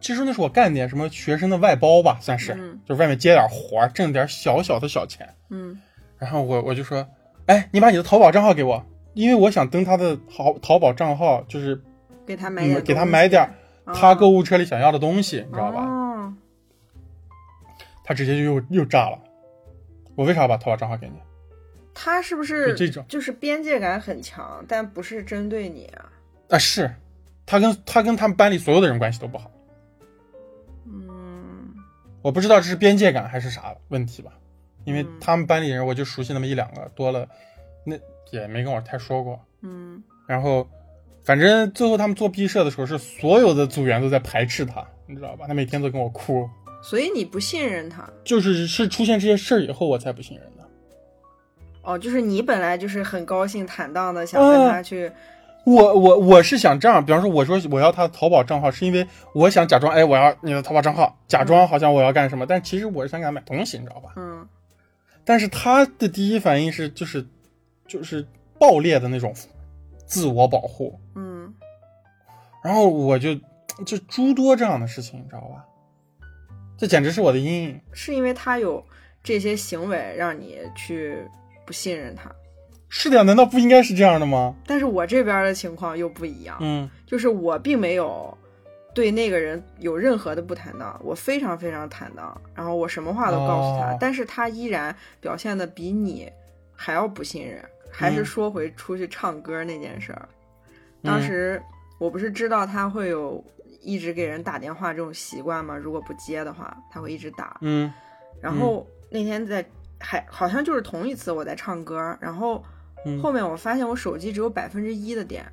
Speaker 2: 其实那是我干点什么学生的外包吧，算是，
Speaker 1: 嗯
Speaker 2: 就是外面接点活儿，挣点小小的小钱。
Speaker 1: 嗯
Speaker 2: 然后我我就说，哎，你把你的淘宝账号给我，因为我想登他的淘淘宝账号，就是
Speaker 1: 给他买
Speaker 2: 你
Speaker 1: 点
Speaker 2: 嗯们给他
Speaker 1: 东西
Speaker 2: 买点儿
Speaker 1: 哦
Speaker 2: 他购物车里想要的东西，你知道吧？
Speaker 1: 哦，
Speaker 2: 他直接就又又炸了。我为啥把淘宝账号给你？
Speaker 1: 他是不
Speaker 2: 就是这种
Speaker 1: 就是边界感很强，但不是针对你啊？
Speaker 2: 啊，是他跟他跟他们班里所有的人关系都不好，
Speaker 1: 嗯
Speaker 2: 我不知道这是边界感还是啥问题吧，因为
Speaker 1: 嗯
Speaker 2: 他们班里人我就熟悉那么一两个，多了那也没跟我太说过。
Speaker 1: 嗯
Speaker 2: 然后反正最后他们做毕业社的时候，是所有的组员都在排斥他，你知道吧？他每天都跟我哭，，
Speaker 1: 所以你不信任他
Speaker 2: 就是是出现这些事儿以后我才不信任的。
Speaker 1: 哦，就是你本来就是很高兴坦荡的想
Speaker 2: 啊
Speaker 1: 跟他去，
Speaker 2: 我我我是想这样，比方说我说我要他的淘宝账号，是因为我想假装哎我要你的淘宝账号，假装好像我要干什么，但其实我是想给他买东西，你知道吧？
Speaker 1: 嗯
Speaker 2: 但是他的第一反应是就是就是爆裂的那种自我保护，
Speaker 1: 嗯
Speaker 2: 然后我就就诸多这样的事情，你知道吧？这简直是我的阴影。
Speaker 1: 是因为他有这些行为让你去不信任他。
Speaker 2: 是的呀，难道不应该是这样的吗？
Speaker 1: 但是我这边的情况又不一样，
Speaker 2: 嗯
Speaker 1: 就是我并没有对那个人有任何的不坦荡，我非常非常坦荡，然后我什么话都告诉他，
Speaker 2: 哦
Speaker 1: 但是他依然表现的比你还要不信任。还是
Speaker 2: 嗯
Speaker 1: 说回出去唱歌那件事儿，当时我不是知道他会有一直给人打电话这种习惯吗？如果不接的话，他会一直打。
Speaker 2: 嗯
Speaker 1: 然后那天在还好像就是同一次我在唱歌，然后
Speaker 2: 嗯
Speaker 1: 后面我发现我手机只有百分之一的电，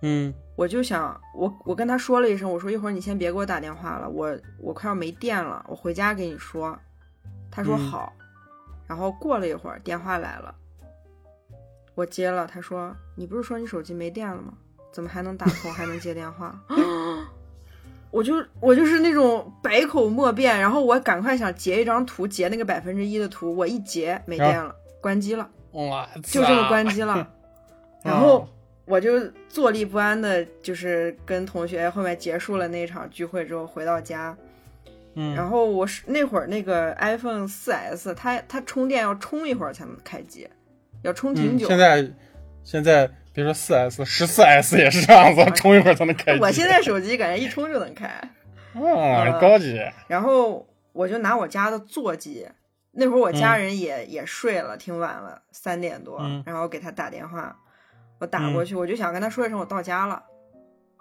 Speaker 2: 嗯
Speaker 1: 我就想，我我跟他说了一声，我说一会儿你先别给我打电话了，我我快要没电了，我回家给你说。他说
Speaker 2: 嗯
Speaker 1: 好，然后过了一会儿电话来了，我接了，他说你不是说你手机没电了吗？怎么还能打通，还能接电话？ 我就我就是那种百口莫辩，然后我赶快想截一张图，截那个百分之一的图，我一截没
Speaker 2: 然后
Speaker 1: 电了，关机了，
Speaker 2: 哇，嗯
Speaker 1: 就这么关机了。然
Speaker 2: 哦
Speaker 1: 后我就坐立不安的，就是跟同学后面结束了那场聚会之后回到家，
Speaker 2: 嗯，
Speaker 1: 然后我是那会儿那个 iPhone 4S，它它充电要充一会儿才能开机，要充挺
Speaker 2: 嗯，
Speaker 1: 久。
Speaker 2: 现在现在别说四 S，十四 S 也是这样子，充一会儿才能开
Speaker 1: 哎
Speaker 2: 机。
Speaker 1: 我现在手机感觉一充就能开，
Speaker 2: 啊，高级，
Speaker 1: 然后我就拿我家的座机，那会儿我家人也、也睡了，挺晚了，三点多，
Speaker 2: 嗯
Speaker 1: 然后给他打电话，我打过去，我就想跟他说一声我到家了，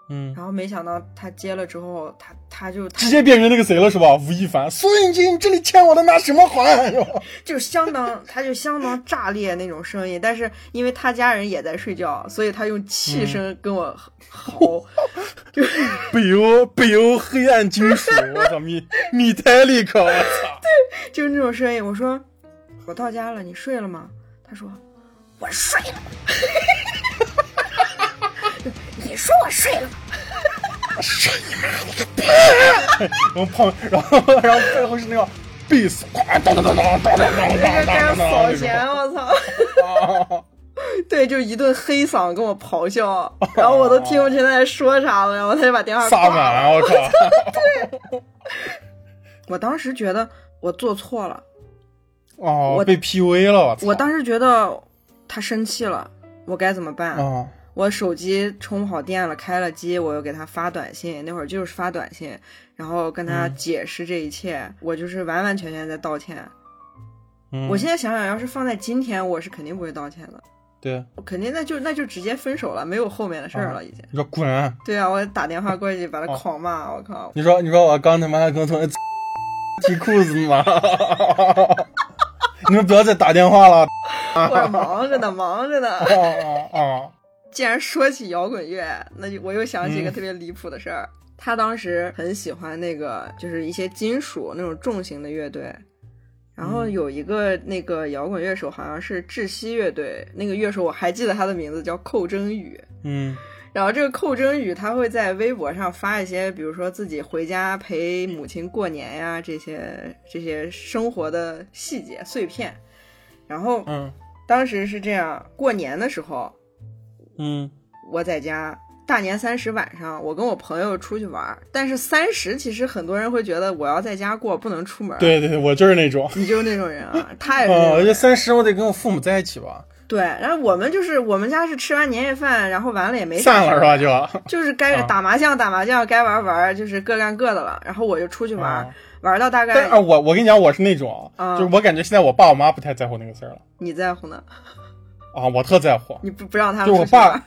Speaker 2: 嗯，
Speaker 1: 然后没想到他接了之后，他他就他
Speaker 2: 直接变成那个谁了是吧？吴亦凡，苏运金，你这里欠我的拿什么还？啊
Speaker 1: 就相当，他就相当炸裂那种声音，但是因为他家人也在睡觉，所以他用气声跟我嚎，就是
Speaker 2: 北欧北欧黑暗金属，我操，米米泰利克，我操，
Speaker 1: 就是那种声音。我说我到家了，你睡了吗？他说我睡了。 你说我睡了，
Speaker 2: 然后旁，然后然后背后是那个贝斯，哐当当当当当当当
Speaker 1: 在这
Speaker 2: 当当
Speaker 1: 扫
Speaker 2: 当
Speaker 1: 弦，
Speaker 2: 当
Speaker 1: 我操！
Speaker 2: 当，
Speaker 1: 对，就一顿黑嗓跟我咆哮，然后我都听不清他在说啥了，然后他就把电话挂
Speaker 2: 萨
Speaker 1: 了。
Speaker 2: 满，啊我靠，
Speaker 1: 我当时觉得我做错了，
Speaker 2: 哦，被 PUA 了，我操，
Speaker 1: 我当时觉得他生气了，我该怎么办？
Speaker 2: 啊，
Speaker 1: 我手机充好电了，开了机，我又给他发短信，那会儿就是发短信，然后跟他解释这一切，我就是完完全全在道歉。
Speaker 2: 嗯
Speaker 1: 我现在想想，要是放在今天，我是肯定不会道歉的，
Speaker 2: 对
Speaker 1: 我肯定那就那就直接分手了，没有后面的事儿了，已经。
Speaker 2: 你说滚。
Speaker 1: 对啊，我打电话过去把他
Speaker 2: 哦
Speaker 1: 狂骂，我 靠！
Speaker 2: 你说，你说我 刚他妈跟同学提裤子吗？ 你们不要再打电话了。
Speaker 1: 我忙着呢，忙着呢。
Speaker 2: 啊啊啊！
Speaker 1: 既然说起摇滚乐，那就我又想起一个
Speaker 2: 嗯
Speaker 1: 特别离谱的事儿。他当时很喜欢那个，就是一些金属那种重型的乐队。然后
Speaker 2: 嗯
Speaker 1: 有一个那个摇滚乐手，好像是窒息乐队，那个乐手我还记得他的名字叫寇征宇。
Speaker 2: 嗯
Speaker 1: 然后这个寇征宇他会在微博上发一些，比如说自己回家陪母亲过年呀这些这些生活的细节碎片。然后
Speaker 2: 嗯
Speaker 1: 当时是这样，过年的时候，
Speaker 2: 嗯
Speaker 1: 我在家。大年三十晚上，我跟我朋友出去玩儿，但是三十其实很多人会觉得我要在家过，不能出门。，
Speaker 2: 对对对，我就是那种。
Speaker 1: 你就是那种人 啊，他也是那
Speaker 2: 啊，
Speaker 1: 种
Speaker 2: 我觉
Speaker 1: 人
Speaker 2: 得三十我得跟我父母在一起吧，
Speaker 1: 对，然后我们就是我们家是吃完年夜饭，然后完了也没啥
Speaker 2: 散
Speaker 1: 事
Speaker 2: 了
Speaker 1: 儿
Speaker 2: 是吧？？就
Speaker 1: 就是该
Speaker 2: 啊
Speaker 1: 打麻将打麻将，该玩玩，就是各干各的了。然后我就出去玩儿，
Speaker 2: 啊
Speaker 1: 玩到大
Speaker 2: 但是
Speaker 1: 概
Speaker 2: 啊，我我跟你讲，我是那种，
Speaker 1: 啊
Speaker 2: 就是我感觉现在我爸我妈不太在乎那个事儿了
Speaker 1: 你在乎呢，
Speaker 2: 啊，我特在乎。
Speaker 1: 你不不让他
Speaker 2: 就
Speaker 1: 们
Speaker 2: 我
Speaker 1: 出去玩
Speaker 2: 爸
Speaker 1: 儿，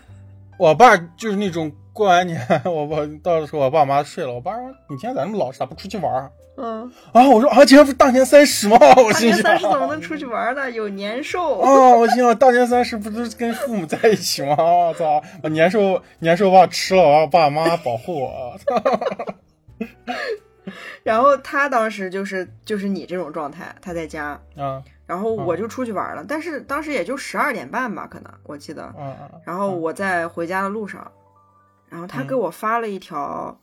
Speaker 2: 我爸就是那种过完年， 我我到时候我爸我妈睡了，我爸说你今天咋那么老实，咋不出去玩儿
Speaker 1: 嗯，
Speaker 2: 啊？我说啊，今天不是大年三十吗？ 我
Speaker 1: 大
Speaker 2: 心
Speaker 1: 年
Speaker 2: 想，
Speaker 1: 三十怎么 能出去玩儿呢？有年兽。
Speaker 2: 哦，我心想大年三十不是跟父母在一起吗？我操，我年兽年兽把我吃了，我让爸妈保护我。
Speaker 1: 然后他当时就是就是你这种状态，他在家，
Speaker 2: 啊
Speaker 1: 然后我就出去玩儿了，但是当时也就十二点半吧，可能我记得。
Speaker 2: 啊啊！
Speaker 1: 然后我在回家的路上，然后他
Speaker 2: 嗯
Speaker 1: 给我发了一条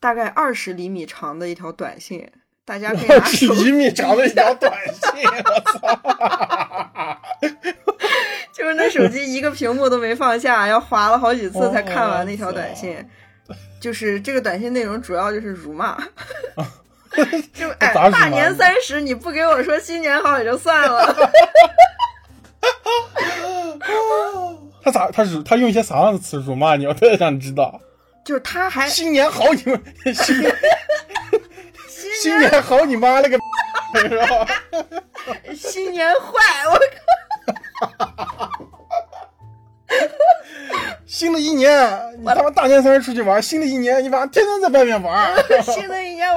Speaker 1: 大概二十厘米长的一条短信，大家可以拿
Speaker 2: 二十
Speaker 1: 手
Speaker 2: 一米长的一条短信，我操！
Speaker 1: 就是那手机一个屏幕都没放下，要划了好几次才看完那条短信。
Speaker 2: 哦
Speaker 1: 哦就是这个短信内容主要就是辱
Speaker 2: 啊
Speaker 1: 骂，哎就哎
Speaker 2: 咋辱骂
Speaker 1: 大 年三十你不给我说新年好也就算了，
Speaker 2: 他咋他是他用一些啥样的词辱骂你？我特别想知道。
Speaker 1: 就是他还
Speaker 2: 新年好，你们新年
Speaker 1: 新
Speaker 2: 新
Speaker 1: 年
Speaker 2: 年好，你妈了个是吧？
Speaker 1: 新年坏，我靠，
Speaker 2: 新的一年，你他妈大年三十出去玩，新的一年你晚上天天在外面玩。
Speaker 1: 新的一年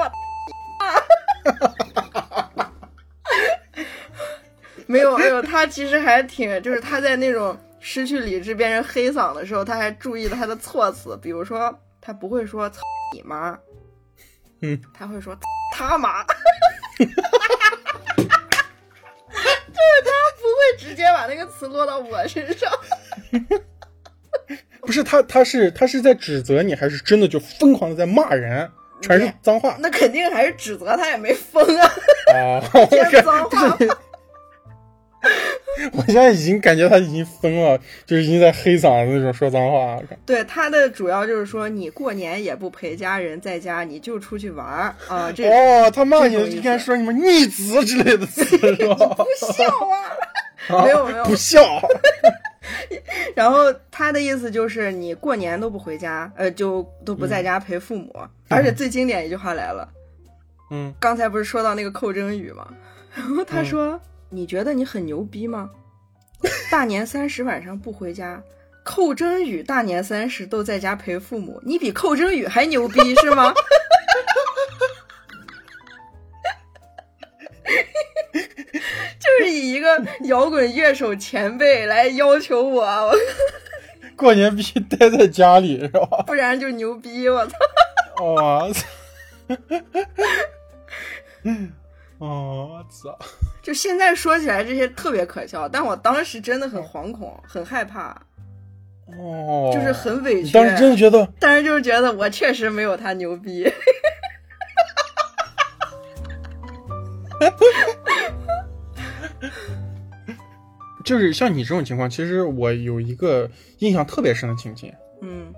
Speaker 1: 我没有没有，他其实还挺，就是他在那种失去理智变成黑嗓的时候，他还注意了他的措辞，比如说他不会说“操你妈”，
Speaker 2: 嗯，
Speaker 1: 他会说“操他 妈”，就是他不会直接把那个词落到我身上。
Speaker 2: 不是他，他是他是在指责你，还是真的就疯狂的在骂人，全是 脏话
Speaker 1: 那肯定还是指责他也没疯啊，
Speaker 2: 啊！我
Speaker 1: 先脏话。
Speaker 2: 我现在已经感觉他已经疯了，就是已经在黑嗓子那种说脏话。我靠
Speaker 1: 对他的主要就是说，你过年也不陪家人，在家你就出去玩儿啊，这
Speaker 2: 哦，他骂你
Speaker 1: 这种意思
Speaker 2: 应该说你们逆子之类的词是吧？
Speaker 1: 不孝啊，没有没有
Speaker 2: 不。孝，
Speaker 1: 然后他的意思就是，你过年都不回家，呃，就都不在家陪父母，而且最经典一句话来了，
Speaker 2: 嗯，
Speaker 1: 刚才不是说到那个寇征宇吗？然后他说：“你觉得你很牛逼吗？大年三十晚上不回家，寇征宇大年三十都在家陪父母，你比寇征宇还牛逼是吗？” 就是以一个摇滚乐手前辈来要求我，啊我
Speaker 2: 过年必须待在家里是 吧？
Speaker 1: 不然就牛逼，我操！
Speaker 2: 哦，我操 哦，我操！
Speaker 1: 就现在说起来这些特别可笑，但我当时真的很惶恐，很害怕，
Speaker 2: 哦，
Speaker 1: 就是很委
Speaker 2: 你
Speaker 1: 屈。
Speaker 2: 当时真的觉得
Speaker 1: 但是就是觉得我确实没有他牛逼。
Speaker 2: 就是像你这种情况，其实我有一个印象特别深的情景，
Speaker 1: 嗯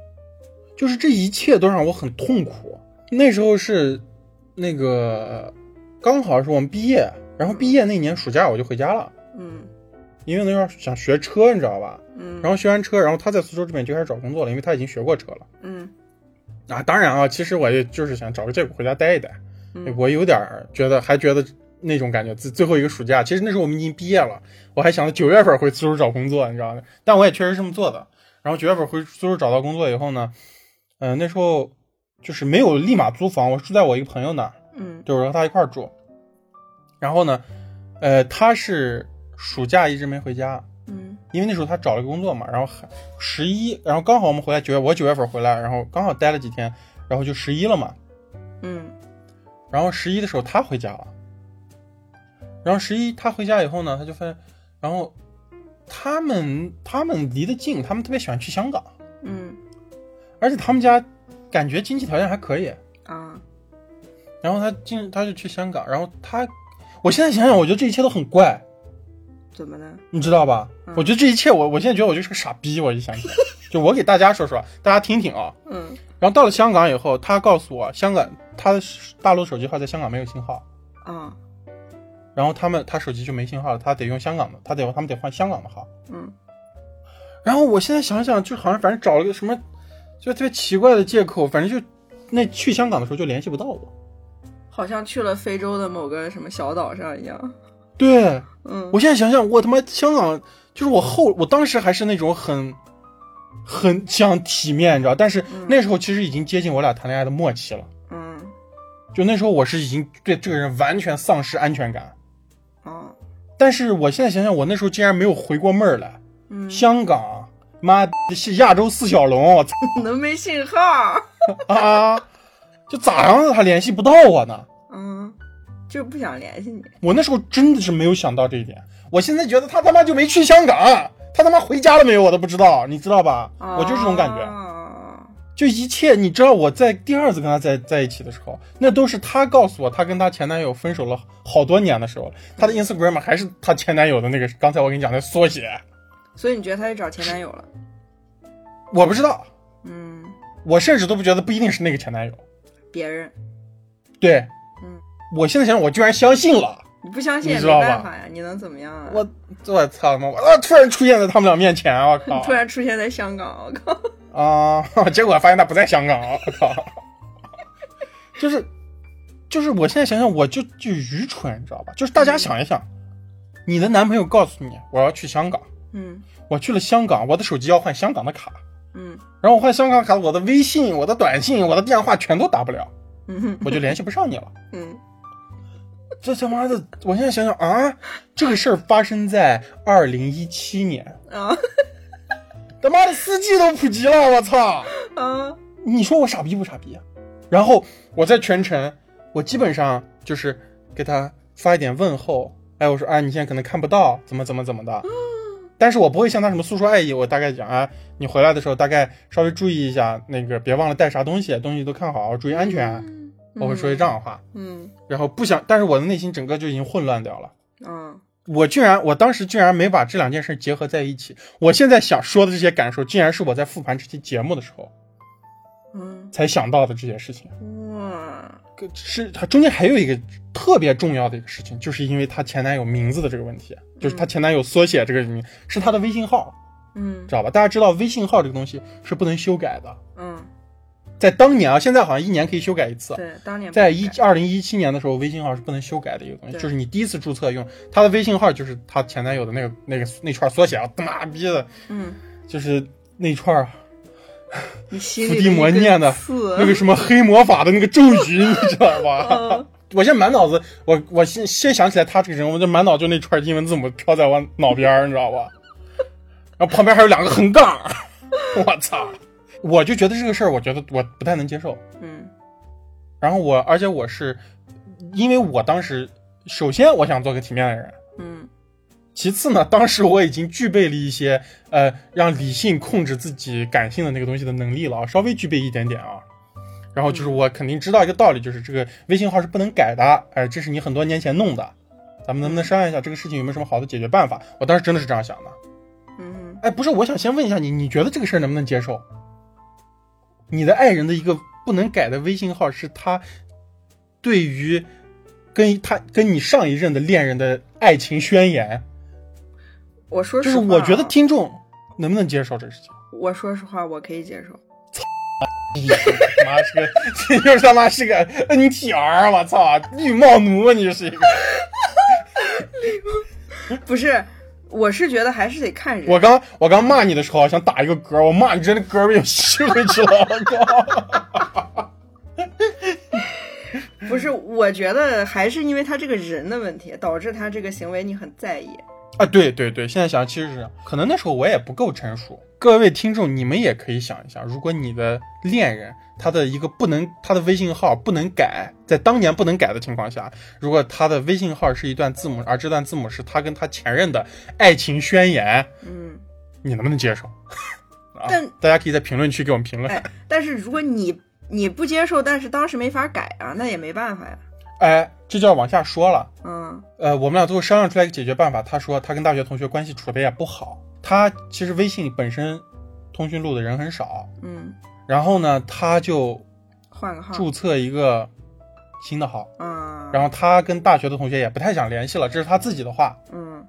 Speaker 2: 就是这一切都让我很痛苦。那时候是那个刚好是我们毕业，然后毕业那年暑假我就回家了，
Speaker 1: 嗯
Speaker 2: 因为那时候想学车，你知道吧？
Speaker 1: 嗯，
Speaker 2: 然后学完车，然后他在苏州这边就开始找工作了，因为他已经学过车了。
Speaker 1: 嗯
Speaker 2: 啊，当然啊，其实我也就是想找个借口回家待一待。
Speaker 1: 嗯
Speaker 2: 哎我有点儿觉得，还觉得那种感觉。最最后一个暑假，其实那时候我们已经毕业了，我还想着九月份回苏州找工作，你知道吗？但我也确实这么做的。然后九月份回苏州找到工作以后呢，嗯、那时候就是没有立马租房，我是住在我一个朋友那儿，
Speaker 1: 嗯
Speaker 2: 就是我和他一块儿住。然后呢，呃，他是暑假一直没回家，
Speaker 1: 嗯
Speaker 2: 因为那时候他找了个工作嘛，然后还十一，然后刚好我们回来九月，我九月份回来，然后刚好待了几天，然后就十一了嘛。
Speaker 1: 嗯
Speaker 2: 然后十一的时候他回家了，然后十一他回家以后呢，他就发现，然后他们他们离得近，他们特别喜欢去香港，
Speaker 1: 嗯
Speaker 2: 而且他们家感觉经济条件还可以，
Speaker 1: 啊
Speaker 2: 然后他进他就去香港，然后他，我现在想想，我觉得这一切都很怪，
Speaker 1: 怎么了？
Speaker 2: 你知道吧？
Speaker 1: 嗯
Speaker 2: 我觉得这一切，我我现在觉得我就是个傻逼，我就想起来，就我给大家说说，大家听听啊。
Speaker 1: 嗯
Speaker 2: 然后到了香港以后，他告诉我，香港他的大陆手机号在香港没有信号。
Speaker 1: 啊
Speaker 2: 然后他们他手机就没信号了，他得用香港的，他得他们得换香港的号。
Speaker 1: 嗯
Speaker 2: 然后我现在想想，就好像反正找了个什么，就特别奇怪的借口，反正就那去香港的时候就联系不到我。
Speaker 1: 好像去了非洲的某个什么小岛上一样。
Speaker 2: 对
Speaker 1: 嗯
Speaker 2: 我现在想想，我他妈香港就是我后，我当时还是那种很很想体面，你知道，但是那时候其实已经接近我俩谈恋爱的末期了，
Speaker 1: 嗯
Speaker 2: 就那时候我是已经对这个人完全丧失安全感。
Speaker 1: 啊
Speaker 2: 但是我现在想想，我那时候竟然没有回过味儿来。
Speaker 1: 嗯，
Speaker 2: 香港，妈是亚洲四小龙，我操
Speaker 1: 能没信号？
Speaker 2: 啊！就咋样他联系不到我呢？
Speaker 1: 嗯，就不想联系你。
Speaker 2: 我那时候真的是没有想到这一点。我现在觉得他他妈就没去香港，他他妈回家了没有我都不知道，你知道吧？我就这种感觉，
Speaker 1: 啊
Speaker 2: 就一切你知道我在第二次跟他在在一起的时候，那都是他告诉我他跟他前男友分手了好多年的时候，他的 Instagram 还是他前男友的那个刚才我跟你讲的缩写，
Speaker 1: 所以你觉得他去找前男友了？
Speaker 2: 我不知道，
Speaker 1: 嗯，
Speaker 2: 我甚至都不觉得不一定是那个前男友。
Speaker 1: 别人。
Speaker 2: 对，
Speaker 1: 嗯，
Speaker 2: 我现在想，我居然相信了，
Speaker 1: 你不相信也
Speaker 2: 你
Speaker 1: 没
Speaker 2: 知道吧
Speaker 1: 办法呀，你能怎么样啊？
Speaker 2: 我我操他妈！我啊突然出现在他们俩面前，啊我 靠！
Speaker 1: 突然出现在香港，我靠！
Speaker 2: 啊、结果发现他不在香港，啊我靠！就是就是，我现在想想，我就就愚蠢，你知道吧？就是大家想一想，你的男朋友告诉你我要去香港，
Speaker 1: 嗯
Speaker 2: 我去了香港，我的手机要换香港的卡，
Speaker 1: 嗯
Speaker 2: 然后我换香港卡，我的微信、我的短信、我的电话全都打不了，
Speaker 1: 嗯哼
Speaker 2: 我就联系不上你了。
Speaker 1: 嗯，
Speaker 2: 这他妈的，我现在想想啊，这个事儿发生在二零一七年，
Speaker 1: 啊
Speaker 2: 他妈的四 G 都普及了，我操！
Speaker 1: 啊
Speaker 2: 你说我傻逼不傻逼啊？然后我在全程，我基本上就是给他发一点问候，哎，我说啊，你现在可能看不到，怎么怎么怎么的，但是我不会向他什么诉说爱意，我大概讲啊，你回来的时候大概稍微注意一下，那个别忘了带啥东西，东西都看好，注意安全，啊我会说一这样的话，
Speaker 1: 嗯
Speaker 2: 然后不想，但是我的内心整个就已经混乱掉了。
Speaker 1: 啊
Speaker 2: 我居然，我当时居然没把这两件事结合在一起。我现在想说的这些感受，竟然是我在复盘这期节目的时候
Speaker 1: 嗯
Speaker 2: 才想到的这些事情。
Speaker 1: 哇
Speaker 2: 个是它中间还有一个特别重要的一个事情，就是因为她前男友名字的这个问题，啊就是她前男友缩写这个名是她的微信号，
Speaker 1: 嗯
Speaker 2: 知道吧？大家知道微信号这个东西是不能修改的，
Speaker 1: 嗯
Speaker 2: 在当年啊，现在好像一年可以修改一次。
Speaker 1: 对，当年
Speaker 2: 在
Speaker 1: 不
Speaker 2: 一
Speaker 1: 改
Speaker 2: 二零一七年的时候，微信号是不能修改的一个东西，
Speaker 1: 对
Speaker 2: 就是你第一次注册用她的微信号，就是她前男友的那个那个那串缩写啊，他妈逼的，
Speaker 1: 嗯，
Speaker 2: 就是那串儿
Speaker 1: 你心
Speaker 2: 伏
Speaker 1: 里
Speaker 2: 地魔念的
Speaker 1: 刺
Speaker 2: 那个什么黑魔法的那个咒语，你知道 吧？
Speaker 1: 嗯
Speaker 2: 我现在满脑子，我我先先想起来他这个人，我就满脑就那串英文字母飘在我脑边儿，你知 道吧？然后旁边还有两个横杠， 我操！我就觉得这个事儿，我觉得我不太能接受。
Speaker 1: 嗯
Speaker 2: 然后我，而且我是，因为我当时首先我想做个体面的人，
Speaker 1: 嗯
Speaker 2: 其次呢，当时我已经具备了一些呃让理性控制自己感性的那个东西的能力了啊，稍微具备一点点啊。然后就是我肯定知道一个道理，就是这个微信号是不能改的，哎，这是你很多年前弄的，咱们能不能商量一下这个事情有没有什么好的解决办法？我当时真的是这样想的。
Speaker 1: 嗯
Speaker 2: 哎，不是，我想先问一下你，你觉得这个事儿能不能接受？你的爱人的一个不能改的微信号是他对于跟他跟你上一任的恋人的爱情宣言。
Speaker 1: 我说
Speaker 2: 就
Speaker 1: 实
Speaker 2: 是
Speaker 1: 话，啊
Speaker 2: 我觉得听众能不能接受这个事情？
Speaker 1: 我说实话，我可以接受。
Speaker 2: 妈是个，这就是他妈是个 NTR，我操，绿帽奴，啊你是一个。
Speaker 1: 不是，我是觉得还是得看人。
Speaker 2: 我刚我刚骂你的时候想打一个嗝，我骂你真的嗝被我吸回去了， 我靠！
Speaker 1: 不是，我觉得还是因为他这个人的问题，导致他这个行为你很在意。
Speaker 2: 啊，对对对，现在想其实是这样可能那时候我也不够成熟。各位听众，你们也可以想一想，如果你的恋人他的一个不能他的微信号不能改，在当年不能改的情况下，如果他的微信号是一段字母，而这段字母是他跟他前任的爱情宣言，
Speaker 1: 嗯，
Speaker 2: 你能不能接受？啊
Speaker 1: 但，
Speaker 2: 大家可以在评论区给我们评论。
Speaker 1: 哎，但是如果你你不接受，但是当时没法改啊，那也没办法呀。
Speaker 2: 哎，这就要往下说了。
Speaker 1: 嗯
Speaker 2: 呃，我们俩最后商量出来一个解决办法。他说他跟大学同学关系处的也不好，他其实微信本身通讯录的人很少，
Speaker 1: 嗯，
Speaker 2: 然后呢，他就
Speaker 1: 换个号。
Speaker 2: 注册一个新的号，
Speaker 1: 啊，
Speaker 2: 然后他跟大学的同学也不太想联系了，这是他自己的话
Speaker 1: 嗯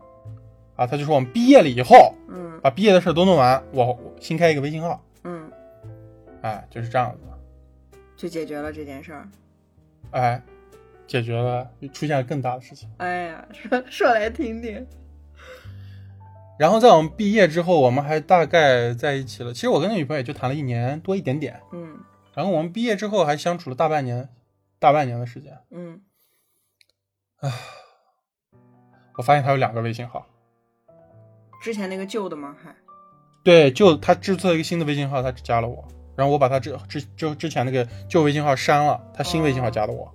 Speaker 2: 啊。他就说我们毕业了以后，
Speaker 1: 嗯
Speaker 2: 把毕业的事儿都弄完，我我新开一个微信号，
Speaker 1: 嗯，
Speaker 2: 哎，就是这样子的。
Speaker 1: 就解决了这件事儿。
Speaker 2: 哎，解决了，出现了更大的事情。
Speaker 1: 哎呀，说说来听听。
Speaker 2: 然后在我们毕业之后，我们还大概在一起了。其实我跟那女朋友也就谈了一年多一点点。
Speaker 1: 嗯
Speaker 2: 然后我们毕业之后还相处了大半年，大半年的时间。
Speaker 1: 嗯，
Speaker 2: 我发现她有两个微信号，
Speaker 1: 之前那个旧的吗？还
Speaker 2: 对，就她注册一个新的微信号，她只加了我。然后我把她之之之之前那个旧微信号删了，她新微信号加的我。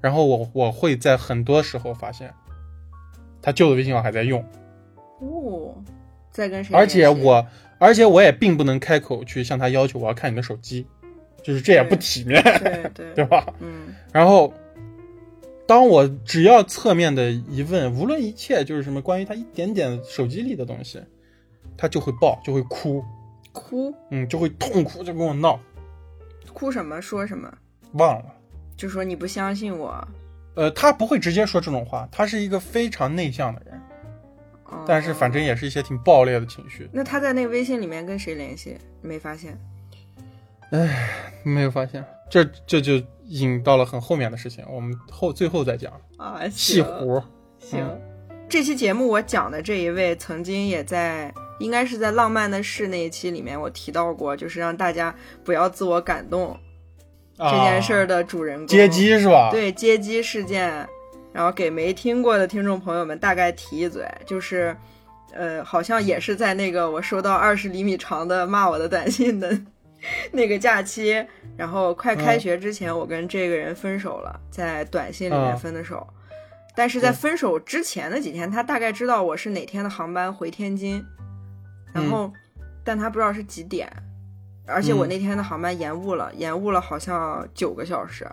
Speaker 2: 然后我我会在很多时候发现，她旧的微信号还在用，
Speaker 1: 哦，在跟谁
Speaker 2: 而
Speaker 1: 联系？
Speaker 2: 且我而且我也并不能开口去向她要求我要看你的手机，就是这也不
Speaker 1: 对
Speaker 2: 体面，
Speaker 1: 对对
Speaker 2: 对吧？
Speaker 1: 嗯
Speaker 2: 然后，当我只要侧面的一问，无论一切就是什么关于他一点点手机里的东西，他就会爆，就会哭，
Speaker 1: 哭
Speaker 2: 嗯，就会痛哭，就跟我闹，
Speaker 1: 哭什么说什么，
Speaker 2: 忘了，
Speaker 1: 就说你不相信我，
Speaker 2: 呃，他不会直接说这种话，他是一个非常内向的人，
Speaker 1: 哦
Speaker 2: 但是反正也是一些挺暴烈的情绪。
Speaker 1: 那他在那个微信里面跟谁联系？没发现？
Speaker 2: 没有发现，这这就引到了很后面的事情，我们后最后再讲。
Speaker 1: 啊，
Speaker 2: 戏
Speaker 1: 行
Speaker 2: 胡，
Speaker 1: 行。嗯这期节目我讲的这一位，曾经也在，应该是在《浪漫的事》那一期里面，我提到过，就是让大家不要自我感动这件事儿
Speaker 2: 的
Speaker 1: 的主人公
Speaker 2: 接，啊机是吧？，
Speaker 1: 对接机事件，然后给没听过的听众朋友们大概提一嘴，就是，呃，好像也是在那个我收到二十厘米长的骂我的短信的那个假期，然后快
Speaker 2: 嗯
Speaker 1: 开学之前，我跟这个人分手了，在短信里面
Speaker 2: 嗯
Speaker 1: 分的手。但是在
Speaker 2: 对
Speaker 1: 分手之前的几天，他大概知道我是哪天的航班回天津，然后，但他不知道是几点，而且我
Speaker 2: 嗯
Speaker 1: 那天的航班延误了，延误了好像九个小时，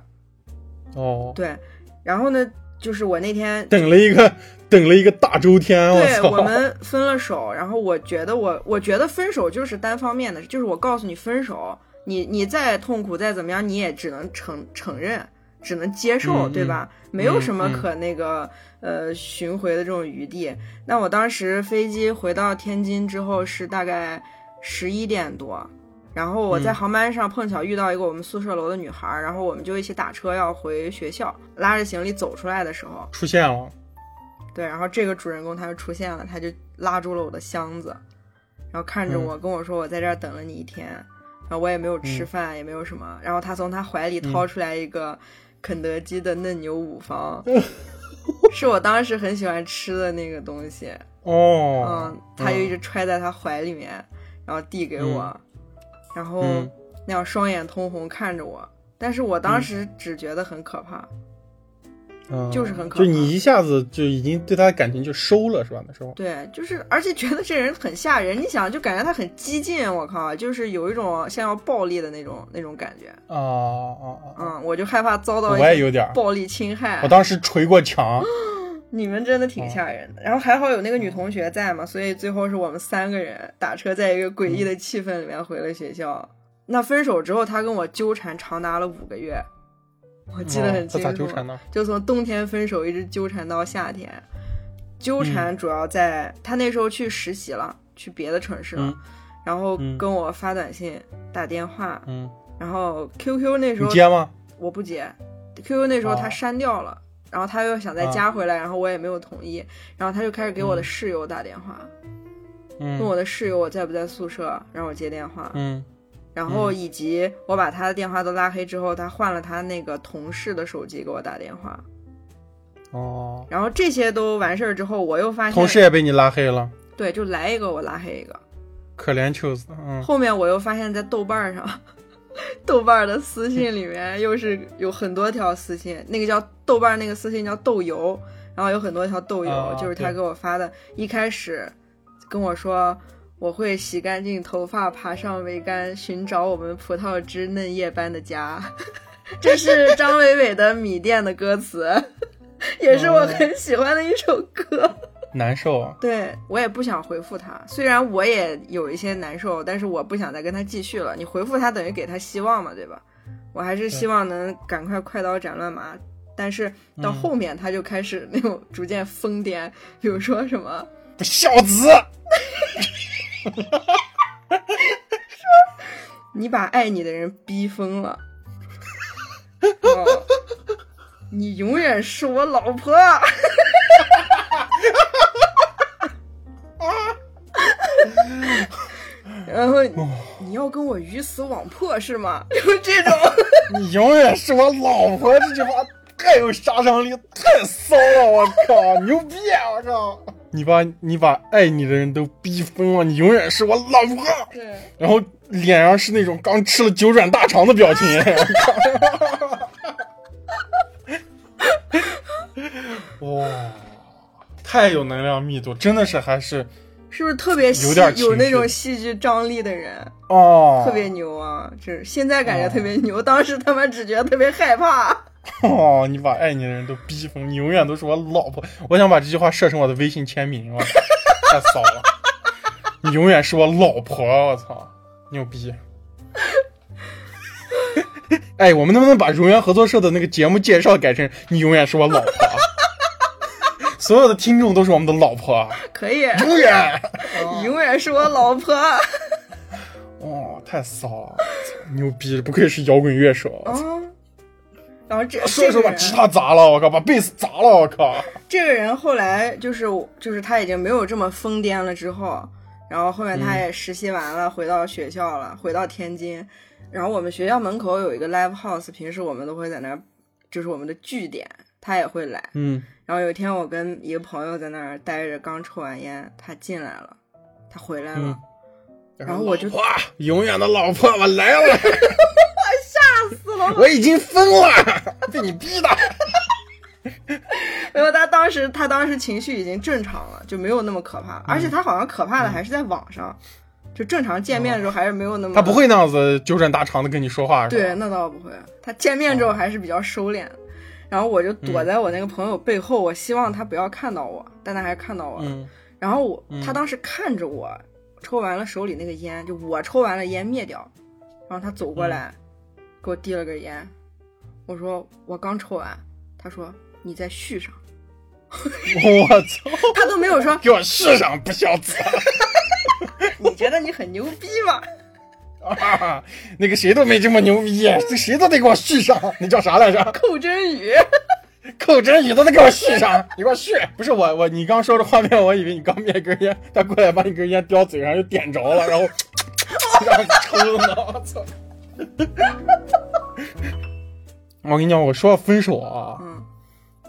Speaker 2: 哦，
Speaker 1: 对，然后呢，就是我那天，
Speaker 2: 等了一个等了一个大周天，哎我
Speaker 1: 对
Speaker 2: 操！
Speaker 1: 我们分了手，然后我觉得我，我觉得分手就是单方面的，就是我告诉你分手，你你再痛苦再怎么样，你也只能承承认，只能接受，
Speaker 2: 嗯
Speaker 1: 对吧？没有什么
Speaker 2: 嗯嗯
Speaker 1: 可那个、呃巡回的这种余地。那我当时飞机回到天津之后是大概十一点多，然后我在
Speaker 2: 嗯
Speaker 1: 航班上碰巧遇到一个我们宿舍楼的女孩儿，然后我们就一起打车要回学校，拉着行李走出来的时候，
Speaker 2: 出现了，
Speaker 1: 对，然后这个主人公他就出现了，他就拉住了我的箱子，然后看着
Speaker 2: 嗯
Speaker 1: 我、跟我说：“我在这儿等了你一天。”然后我也没有
Speaker 2: 嗯
Speaker 1: 吃饭，也没有什么。然后他从他怀里掏出来一个肯德基的嫩牛五方，
Speaker 2: 嗯
Speaker 1: 是我当时很喜欢吃的那个东西。
Speaker 2: 哦，
Speaker 1: 嗯，他就一直揣在他怀里面，然后递给我，然后
Speaker 2: 嗯
Speaker 1: 那样双眼通红看着我。但是我当时只觉得很可怕，
Speaker 2: 嗯
Speaker 1: 就是很可怕
Speaker 2: 就你一下子就已经对他的感情就收了，是吧？那时候，
Speaker 1: 对，就是，而且觉得这人很吓人。你想，就感觉他很激进，啊我靠，就是有一种像要暴力的那种那种感觉。
Speaker 2: 啊啊啊！
Speaker 1: 嗯，我就害怕遭到
Speaker 2: 我
Speaker 1: 一
Speaker 2: 也
Speaker 1: 些
Speaker 2: 有点儿，
Speaker 1: 暴力侵害
Speaker 2: 我。当哦时捶过
Speaker 1: 啊
Speaker 2: 墙。
Speaker 1: 你们真的挺吓人的。然后还好有那个
Speaker 2: 哦
Speaker 1: 女同学在嘛，所以最后是我们三个人打车，在一个诡
Speaker 2: 嗯
Speaker 1: 异的气氛里面回了学校。那分手之后，他跟我纠缠长达了五个月，我记得
Speaker 2: 哦
Speaker 1: 很清楚。
Speaker 2: 他咋纠缠呢？
Speaker 1: 就从冬天分手一直纠缠到夏天，纠
Speaker 2: 嗯
Speaker 1: 缠主要在、他那时候去实习了，去别的城市了，
Speaker 2: 嗯
Speaker 1: 然后
Speaker 2: 嗯
Speaker 1: 跟我发短信、打电话，
Speaker 2: 嗯，
Speaker 1: 然后 QQ 那时
Speaker 2: 你
Speaker 1: 候
Speaker 2: 接吗？
Speaker 1: 我不接，QQ 那时候
Speaker 2: 哦
Speaker 1: 他删掉了，然后他又想再加回来，然后我也没有同意，然后他就开始给我的室友打电话，问
Speaker 2: 嗯
Speaker 1: 我的室友我在不在宿舍，让我接电话，
Speaker 2: 嗯
Speaker 1: 然后以及我把他的电话都拉黑之后，他换了他那个同事的手机给我打电话，
Speaker 2: 哦，
Speaker 1: 然后这些都完事儿之后，我又发
Speaker 2: 同事
Speaker 1: 现，
Speaker 2: 也被你拉黑了，
Speaker 1: 对，就来一个我拉黑一个。
Speaker 2: 可怜秋子。嗯，
Speaker 1: 后面我又发现，在豆瓣儿上， 豆瓣儿的私信里面又是有很多条私信，那个叫豆瓣儿那个私信叫豆油，然后有很多条豆油，
Speaker 2: 啊
Speaker 1: 就是他
Speaker 2: 对
Speaker 1: 给我发的。一开始跟我说我会洗干净头发，爬上桅杆，寻找我们葡萄枝嫩叶般的家。 这是张伟伟的《米店》的歌词， 也是我很喜欢的一首歌。
Speaker 2: 难受啊。
Speaker 1: 对我也不想回复他，虽然我也有一些难受，但是我不想再跟他继续了。你回复他等于给他希望嘛，对吧？我还是希望能赶快快刀斩乱麻。但是到
Speaker 2: 嗯
Speaker 1: 后面他就开始 那种逐渐疯癫，比如说什么
Speaker 2: 孝子，啊
Speaker 1: 你把爱你的人逼疯 了，哦、你永远是我老 婆。然后
Speaker 2: 哦
Speaker 1: 你要跟我鱼死网破是吗？就这种，
Speaker 2: 你永远是我老婆。这句话太有杀伤力，太骚了！我靠，牛逼啊！我靠，你把你把爱你的人都逼疯了，你永远是我老婆。
Speaker 1: 对，
Speaker 2: 然后脸上是那种刚吃了九转大肠的 表情。哇、太有能量密度，真的是还是
Speaker 1: 是不是特别戏
Speaker 2: 有点情
Speaker 1: 有那
Speaker 2: 绪
Speaker 1: 种戏剧张力的人，
Speaker 2: 哦，
Speaker 1: 特别牛啊！就是现在感觉特别牛，当时他妈只觉得特别害怕。
Speaker 2: 哦，你把爱你的人都逼疯，你永远都是我老婆。我想把这句话设成我的微信签名，我操太骚了。你永远是我老婆，我操，牛逼！哎，我们能不能把荣源合作社的那个节目介绍改成“你永远是我老婆”？ 所有的听众都是我们的老婆，
Speaker 1: 可以，
Speaker 2: 永远。
Speaker 1: 永远是我老婆。
Speaker 2: 哦，太骚了，牛逼，不愧是摇滚乐手。
Speaker 1: 嗯，然后这
Speaker 2: 啊说一说
Speaker 1: 这个
Speaker 2: 把
Speaker 1: 人
Speaker 2: 吉他砸了，我靠，把贝斯砸了，我靠。
Speaker 1: 这个人后来就是就是他已经没有这么疯癫了之后，然后后面他也实习完了，回到学校了，回到天津，然后我们学校门口有一个 live house，平时我们都会在那儿，就是我们的据点，他也会来。
Speaker 2: 嗯，
Speaker 1: 然后有一天我跟一个朋友在那儿待着，刚抽完烟，他进来了，他回来了，
Speaker 2: 嗯
Speaker 1: 然后我就
Speaker 2: 哇，永远的老婆，我来了，
Speaker 1: 死了。
Speaker 2: 我已经疯了，被你逼的。
Speaker 1: 然后他当时他当时情绪已经正常了，就没有那么可怕了，
Speaker 2: 嗯
Speaker 1: 而且他好像可怕的还是在网上，就正常见面的时候还是没有那么。
Speaker 2: 哦他不会那样子纠正大肠的跟你说话，是吧
Speaker 1: 对，，那倒不会。他见面
Speaker 2: 哦
Speaker 1: 之后还是比较收敛的，然后我就
Speaker 2: 嗯
Speaker 1: 躲在我那个朋友背后，我希望他不要看到我，但他还是看到我了。
Speaker 2: 嗯
Speaker 1: 然后我、
Speaker 2: 嗯
Speaker 1: 他当时看着我抽完了手里那个烟，就我抽完了烟灭掉，然后他走过
Speaker 2: 嗯
Speaker 1: 来、给我递了根烟，我说我刚抽完，他说你再续上，
Speaker 2: 我操，
Speaker 1: 他都没有说
Speaker 2: 给我试上不孝子
Speaker 1: 你觉得你很牛逼 吗？
Speaker 2: 啊！那个谁都没这么牛逼，这谁都得给我续上。那叫啥来着？
Speaker 1: 寇真宇，
Speaker 2: 寇振宇都得给我续上，你给我续。不是我我你刚说的画面，我以为你刚灭根烟，他过来把你根烟叼嘴上又点着了，然后 让你抽呢，我操！我跟你讲，我说到分手啊，
Speaker 1: 嗯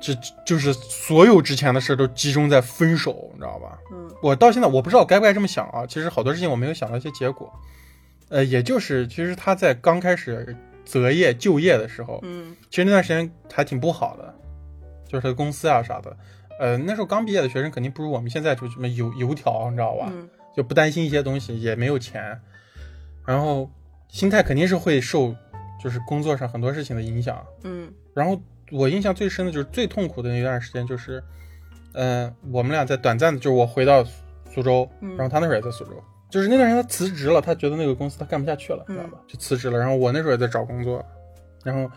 Speaker 2: 这就是所有之前的事儿都集中在分手，你知道吧？
Speaker 1: 嗯
Speaker 2: 我到现在我不知道该不该这么想啊。其实好多事情我没有想到一些结果，呃，也就是其实他在刚开始择业就业的时候，
Speaker 1: 嗯
Speaker 2: 其实那段时间还挺不好的，就是他的公司啊啥的。呃，那时候刚毕业的学生肯定不如我们现在就这么油油条，你知道吧？
Speaker 1: 嗯
Speaker 2: 就不担心一些东西，也没有钱，然后心态肯定是会受就是工作上很多事情的影响。
Speaker 1: 嗯
Speaker 2: 然后我印象最深的就是最痛苦的那段时间，就是，嗯、我们俩在短暂的，就是我回到苏苏州，
Speaker 1: 嗯
Speaker 2: 然后他那时候也在苏州，就是那段时间他辞职了，他觉得那个公司他干不下去了，
Speaker 1: 嗯
Speaker 2: 知道吧？就辞职了。然后我那时候也在找工作，然后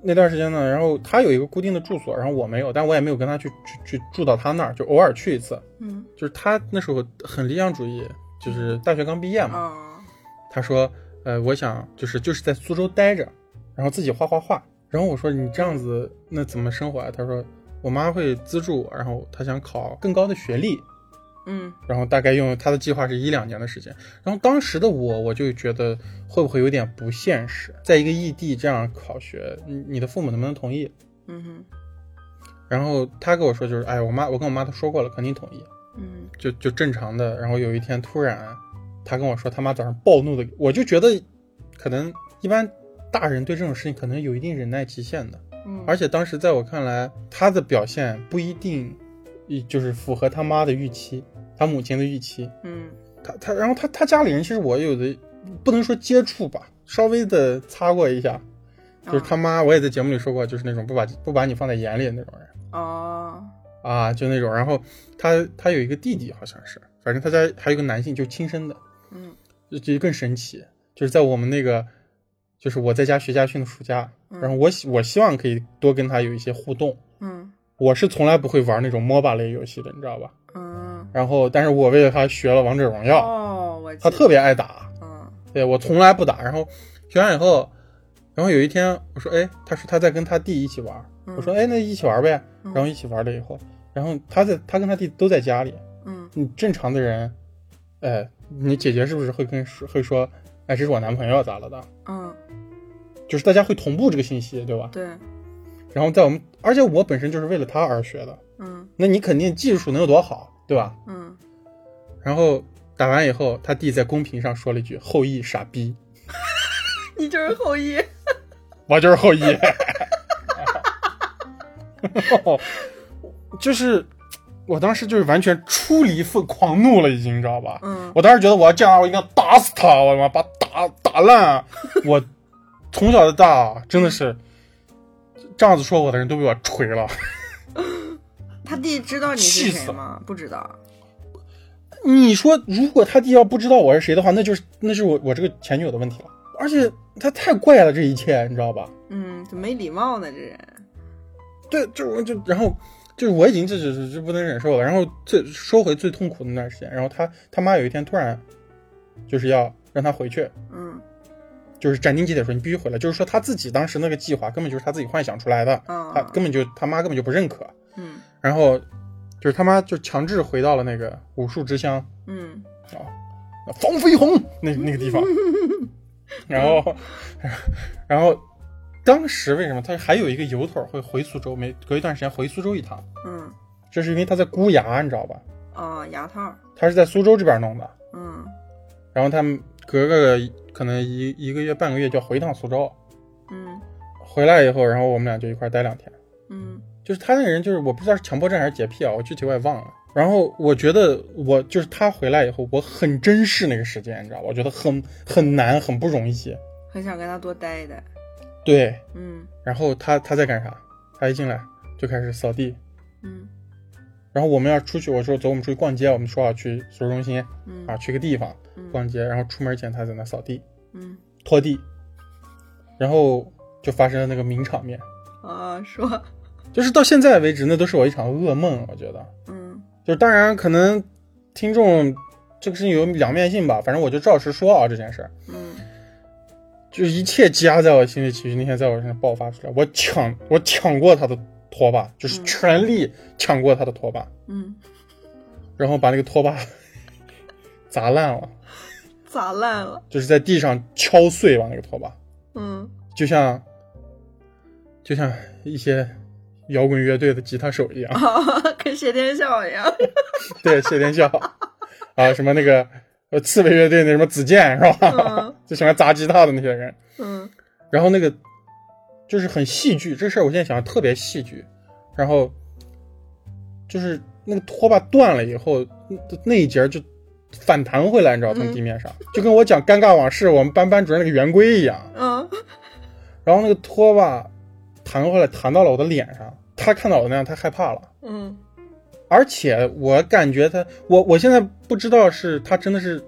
Speaker 2: 那段时间呢，然后他有一个固定的住所，然后我没有，但我也没有跟他去去去住到他那儿，就偶尔去一次。
Speaker 1: 嗯
Speaker 2: 就是他那时候很理想主义，就是大学刚毕业嘛，
Speaker 1: 啊
Speaker 2: 他说，呃，我想就是就是在苏州待着，然后自己画画画。然后我说你这样子那怎么生活啊？他说我妈会资助我，然后他想考更高的学历，
Speaker 1: 嗯
Speaker 2: 然后大概用他的计划是一两年的时间。然后当时的我我就觉得会不会有点不现实，在一个异地这样考学，你你的父母能不能同意？
Speaker 1: 嗯哼
Speaker 2: 然后他跟我说就是，哎，我妈我跟我妈都说过了，肯定同意。
Speaker 1: 嗯
Speaker 2: 就就正常的。然后有一天突然，他跟我说他妈早上暴怒的，我就觉得，可能一般大人对这种事情可能有一定忍耐极限的。
Speaker 1: 嗯，
Speaker 2: 而且当时在我看来，他的表现不一定，一就是符合他妈的预期，他母亲的预期。
Speaker 1: 嗯
Speaker 2: 他他，然后他他家里人其实我有的不能说接触吧，稍微的擦过一下，就是
Speaker 1: 啊
Speaker 2: 他妈，我也在节目里说过，就是那种不把不把你放在眼里的那种人。
Speaker 1: 哦
Speaker 2: 啊，就那种。然后他他有一个弟弟，好像是，反正他家还有个男性，就亲生的，
Speaker 1: 嗯
Speaker 2: 就就更神奇。就是在我们那个，就是我在家学家训的暑假，
Speaker 1: 嗯
Speaker 2: 然后我希我希望可以多跟他有一些互动。
Speaker 1: 嗯
Speaker 2: 我是从来不会玩那种 MOBA 类游戏的，你知道吧？
Speaker 1: 嗯
Speaker 2: 然后，但是我为了他学了王者荣耀，
Speaker 1: 哦，我
Speaker 2: 他
Speaker 1: 记
Speaker 2: 特别爱打，
Speaker 1: 得嗯
Speaker 2: 对我从来不打。然后学完以后，然后有一天我说，哎，他说他在跟他弟一起玩，
Speaker 1: 嗯
Speaker 2: 我说，哎，那一起玩呗。
Speaker 1: 嗯
Speaker 2: 然后一起玩了以后，然后他在他跟他弟都在家里，
Speaker 1: 嗯
Speaker 2: 你正常的人，哎，你姐姐是不是会跟说会说，哎，这是我男朋友咋了的？
Speaker 1: 嗯
Speaker 2: 就是大家会同步这个信息，对吧？
Speaker 1: 对
Speaker 2: 然后在我们，而且我本身就是为了他而学的，
Speaker 1: 嗯
Speaker 2: 那你肯定技术能有多好，对吧？
Speaker 1: 嗯
Speaker 2: 然后打完以后，他弟在公屏上说了一句：“后羿傻逼，
Speaker 1: 你就是后羿，
Speaker 2: 我就是后羿。 就是我当时就是完全出离愤狂怒了，已经你知道吧？
Speaker 1: 嗯
Speaker 2: 我当时觉得我要这样，我应该打死他，我他妈把他打打烂。啊我从小到大啊真的是这样子说我的人都被我锤了。
Speaker 1: 他弟知道你
Speaker 2: 气
Speaker 1: 是
Speaker 2: 死
Speaker 1: 谁吗？不知道，
Speaker 2: 你说，如果他弟要不知道我是谁的话，那就是那是我我这个前女友的问题了。而且他太怪了这一切，你知道吧？
Speaker 1: 嗯，怎么没礼貌呢？这人，
Speaker 2: 对，就我就然后就是我已经这这这不能忍受了。然后最说回最痛苦的那段时间，然后他他妈有一天突然就是要让他回去，
Speaker 1: 嗯
Speaker 2: 就是斩钉截铁说你必须回来，就是说他自己当时那个计划根本就是他自己幻想出来的，
Speaker 1: 啊
Speaker 2: 他根本就他妈根本就不认可。
Speaker 1: 嗯
Speaker 2: 然后就是他妈就强制回到了那个武术之乡
Speaker 1: 嗯
Speaker 2: 黄飞鸿那那个地方，然后 然后当时为什么他还有一个由头会回苏州，每隔一段时间回苏州一趟，
Speaker 1: 嗯，
Speaker 2: 这是因为他在箍牙，你知道吧？
Speaker 1: 哦，牙套，
Speaker 2: 他是在苏州这边弄的，
Speaker 1: 嗯
Speaker 2: 然后他们隔个可能一一个月半个月就要回一趟苏州，
Speaker 1: 嗯
Speaker 2: 回来以后，然后我们俩就一块儿待两天。
Speaker 1: 嗯
Speaker 2: 就是他那个人，就是我不知道是强迫症还是洁癖啊，我具体我也忘了。然后我觉得我就是他回来以后，我很珍视那个时间，你知道吧？我觉得很很难，很不容易。
Speaker 1: 很想跟他多待一待，
Speaker 2: 对，
Speaker 1: 嗯
Speaker 2: 然后他他在干啥？他一进来就开始扫地。
Speaker 1: 嗯
Speaker 2: 然后我们要出去，我说走，我们出去逛街。我们说好去苏州中心
Speaker 1: 嗯
Speaker 2: 啊，去个地方
Speaker 1: 嗯
Speaker 2: 逛街。然后出门前他在那扫地、
Speaker 1: 嗯，
Speaker 2: 拖地，然后就发生了那个名场面。
Speaker 1: 啊，说，
Speaker 2: 就是到现在为止，那都是我一场噩梦，我觉得。
Speaker 1: 嗯
Speaker 2: 就是当然可能听众这个事情有两面性吧，反正我就照实说啊这件事儿，
Speaker 1: 嗯
Speaker 2: 就是一切积压在我心里，其实那天在我身上爆发出来，我抢我抢过他的拖把，就是
Speaker 1: 嗯
Speaker 2: 全力抢过他的拖把，
Speaker 1: 嗯，
Speaker 2: 然后把那个拖把 砸烂了，
Speaker 1: 砸烂了，
Speaker 2: 就是在地上敲碎吧那个拖把，
Speaker 1: 嗯
Speaker 2: 就像就像一些摇滚乐队的吉他手一样。
Speaker 1: 啊，跟谢天笑一样，
Speaker 2: 对，谢天笑啊，什么那个呃刺猬乐队那什么子健是吧
Speaker 1: 嗯？
Speaker 2: 就喜欢砸吉他的那些人，
Speaker 1: 嗯
Speaker 2: 然后那个就是很戏剧，这事儿我现在想的特别戏剧，然后就是那个拖把断了以后，那那一节儿就反弹回来，你知道，从
Speaker 1: 嗯
Speaker 2: 地面上，就跟我讲尴尬往事，我们班班主任那个圆规一样，
Speaker 1: 嗯
Speaker 2: 然后那个拖把弹回来，弹到了我的脸上，他看到我那样，他害怕了。
Speaker 1: 嗯
Speaker 2: 而且我感觉他，我我现在不知道是他真的是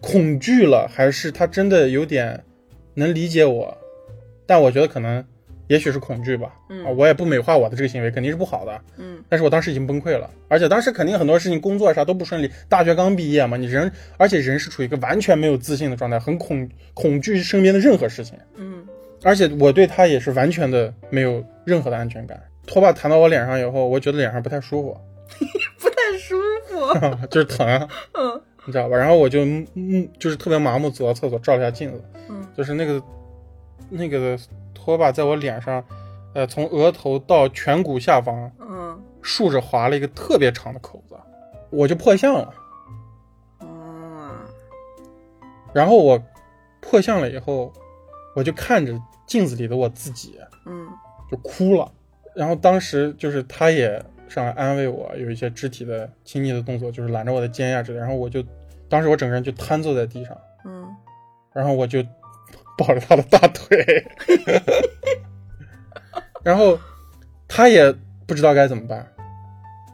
Speaker 2: 恐惧了，还是他真的有点能理解我，但我觉得可能也许是恐惧吧。
Speaker 1: 嗯
Speaker 2: 啊，我也不美化我的这个行为，肯定是不好的。
Speaker 1: 嗯
Speaker 2: 但是我当时已经崩溃了，而且当时肯定很多事情，工作啥都不顺利，大学刚毕业嘛，你人，而且人是处于一个完全没有自信的状态，很恐恐惧身边的任何事情。
Speaker 1: 嗯
Speaker 2: 而且我对他也是完全的没有任何的安全感。拖把弹到我脸上以后，我觉得脸上不太舒服。
Speaker 1: 不太舒服，
Speaker 2: 就是疼啊，
Speaker 1: 嗯
Speaker 2: 你知道吧？然后我就嗯嗯，就是特别麻木，走到厕所照了一下镜子，
Speaker 1: 嗯
Speaker 2: 就是那个那个拖把在我脸上，呃，从额头到颧骨下方
Speaker 1: 嗯
Speaker 2: 竖着划了一个特别长的口子，我就破相了。
Speaker 1: 啊，
Speaker 2: 然后我破相了以后，我就看着镜子里的我自己
Speaker 1: 嗯
Speaker 2: 就哭了。然后当时就是他也上来安慰我，有一些肢体的亲昵的动作，就是揽着我的肩呀之类的。然后我就当时我整个人就瘫坐在地上。
Speaker 1: 嗯
Speaker 2: 然后我就抱着他的大腿， 然后他也不知道该怎么办。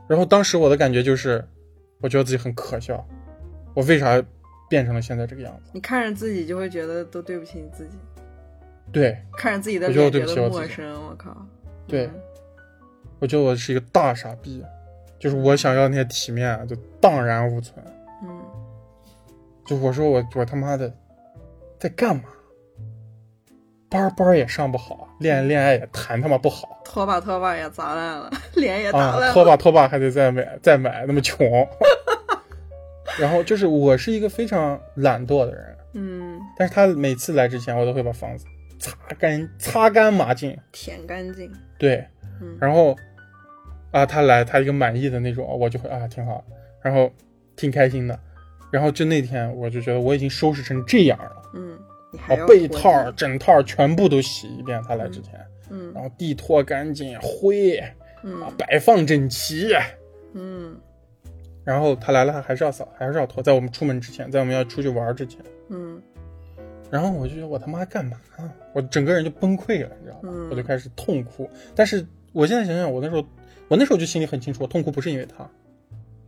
Speaker 2: 然后当时我的感觉就是，我觉得自己很可笑，我为啥变成了现在这个样子？
Speaker 1: 你看着自己就会觉得都对不起你自己，
Speaker 2: 对
Speaker 1: 看着自己的
Speaker 2: 我觉得
Speaker 1: 脸觉
Speaker 2: 我对不起
Speaker 1: 得
Speaker 2: 我
Speaker 1: 陌
Speaker 2: 自己
Speaker 1: 生，我靠。
Speaker 2: 对
Speaker 1: 嗯，
Speaker 2: 我觉得我是一个大傻逼，就是我想要那些体面啊，就荡然无存。
Speaker 1: 嗯
Speaker 2: 就我说我我他妈的在干嘛？班儿班儿也上不好，恋爱恋爱也谈他妈不好，
Speaker 1: 拖把拖把也砸烂了， 脸也打
Speaker 2: 啊，
Speaker 1: 烂
Speaker 2: 拖
Speaker 1: 了。
Speaker 2: 把拖把还得再买再买，那么穷。 然后就是我是一个非常懒惰的人，
Speaker 1: 嗯，
Speaker 2: 但是他每次来之前，我都会把房子擦干擦干抹净。
Speaker 1: 舔干净。
Speaker 2: 对，
Speaker 1: 嗯
Speaker 2: 然后啊，他来他一个满意的那种，我就会啊挺好，然后挺开心的。然后就那天我就觉得我已经收拾成这样了，
Speaker 1: 嗯，你还
Speaker 2: 把
Speaker 1: 要
Speaker 2: 哦被
Speaker 1: 活
Speaker 2: 套
Speaker 1: 着
Speaker 2: 儿、枕套儿全部都洗一遍。他来之前，
Speaker 1: 嗯
Speaker 2: 然后地拖干净，灰啊
Speaker 1: 嗯
Speaker 2: 摆放整齐。
Speaker 1: 嗯
Speaker 2: 然后他来了，他还是要扫，还是要拖，在我们出门之前，在我们要出去玩之前，
Speaker 1: 嗯
Speaker 2: 然后我就觉得我他妈干嘛啊？我整个人就崩溃了，你知道吗？
Speaker 1: 嗯
Speaker 2: 我就开始痛哭。但是我现在想想，我那时候，我那时候就心里很清楚，我痛哭不是因为他，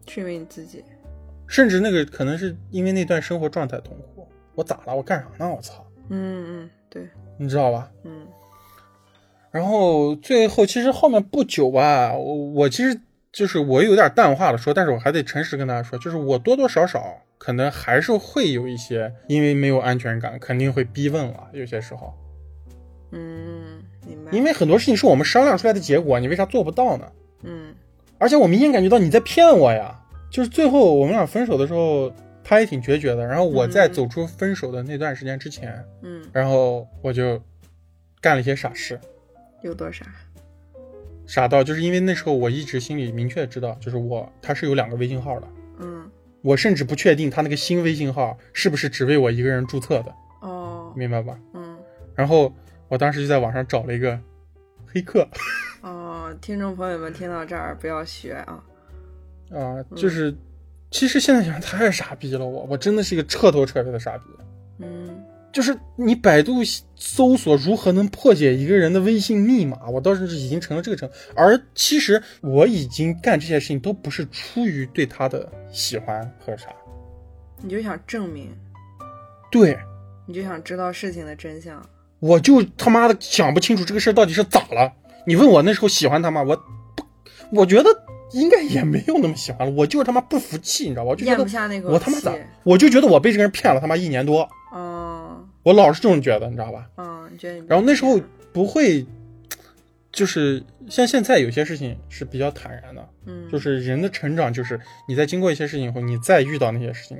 Speaker 1: 是因为你自己。
Speaker 2: 甚至那个可能是因为那段生活状态痛苦。我咋了？我干啥呢？我操！
Speaker 1: 嗯嗯，对，
Speaker 2: 你知道吧？
Speaker 1: 嗯
Speaker 2: 然后最后其实后面不久吧，我我其实就是我有点淡化了说，但是我还得诚实跟大家说，就是我多多少少可能还是会有一些，因为没有安全感，肯定会逼问了，有些时候，
Speaker 1: 嗯，明白。
Speaker 2: 因为很多事情是我们商量出来的结果，你为啥做不到呢？
Speaker 1: 嗯
Speaker 2: 而且我明显感觉到你在骗我呀。就是最后我们俩分手的时候，他也挺决绝的。然后我在
Speaker 1: 嗯
Speaker 2: 走出分手的那段时间之前，
Speaker 1: 嗯，
Speaker 2: 然后我就干了一些傻事，
Speaker 1: 有多傻？
Speaker 2: 傻到就是因为那时候我一直心里明确知道，就是我他是有两个微信号的。
Speaker 1: 嗯
Speaker 2: 我甚至不确定他那个新微信号是不是只为我一个人注册的，
Speaker 1: 哦
Speaker 2: 明白吧？
Speaker 1: 嗯
Speaker 2: 然后我当时就在网上找了一个黑客，
Speaker 1: 哦，听众朋友们听到这儿不要学啊。
Speaker 2: 啊，就是，其实现在想想太傻逼了我，我真的是一个彻头彻尾的傻逼。
Speaker 1: 嗯
Speaker 2: 就是你百度搜索如何能破解一个人的微信密码，我当时是已经成了这个程度，而其实我已经干这些事情都不是出于对他的喜欢和啥，
Speaker 1: 你就想证明，
Speaker 2: 对
Speaker 1: 你就想知道事情的真相。
Speaker 2: 我就他妈的想不清楚这个事儿到底是咋了。你问我那时候喜欢他吗？我不，我觉得应该也没有那么喜欢了，我就是他妈不服气，你知道吧？我就觉
Speaker 1: 咽
Speaker 2: 得
Speaker 1: 不下那口气。
Speaker 2: 我他妈咋，我就觉得我被这个人骗了他妈一年多，
Speaker 1: 哦
Speaker 2: 我老是这种觉得，你知道吧？
Speaker 1: 哦，你觉得你？
Speaker 2: 然后那时候，不会，就是像现在有些事情是比较坦然的，
Speaker 1: 嗯，
Speaker 2: 就是人的成长，就是你在经过一些事情以后，你再遇到那些事情，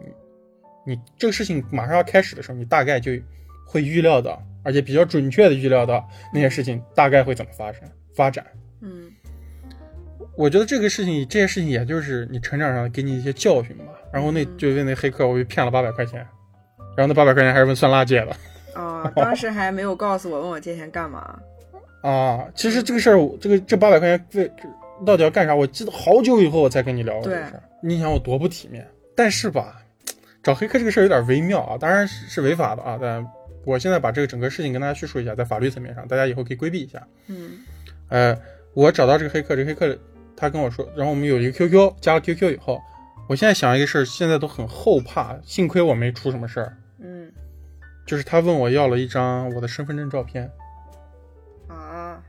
Speaker 2: 你你这个事情马上要开始的时候，你大概就会预料到，而且比较准确的预料到那些事情大概会怎么发生发展。
Speaker 1: 嗯
Speaker 2: 我觉得这个事情，这些事情也就是你成长上给你一些教训吧。然后那
Speaker 1: 嗯
Speaker 2: 就问那黑客，我被骗了八百块钱，然后那八百块钱还是问酸辣借的。
Speaker 1: 哦，当时还没有告诉我，问我借钱干嘛？
Speaker 2: 啊，其实这个事儿，我这个这八百块钱为这到底要干啥？我记得好久以后我才跟你聊过这个事儿。你想我多不体面，但是吧，找黑客这个事儿有点微妙啊，当然是是违法的啊，但我现在把这个整个事情跟大家叙述一下，在法律层面上，大家以后可以规避一下。
Speaker 1: 嗯
Speaker 2: 呃，我找到这个黑客，这个黑客他跟我说，然后我们有一个 QQ，加了 QQ 以后，我现在想一个事儿，现在都很后怕，幸亏我没出什么事儿，
Speaker 1: 嗯
Speaker 2: 就是他问我要了一张我的身份证照片。
Speaker 1: 啊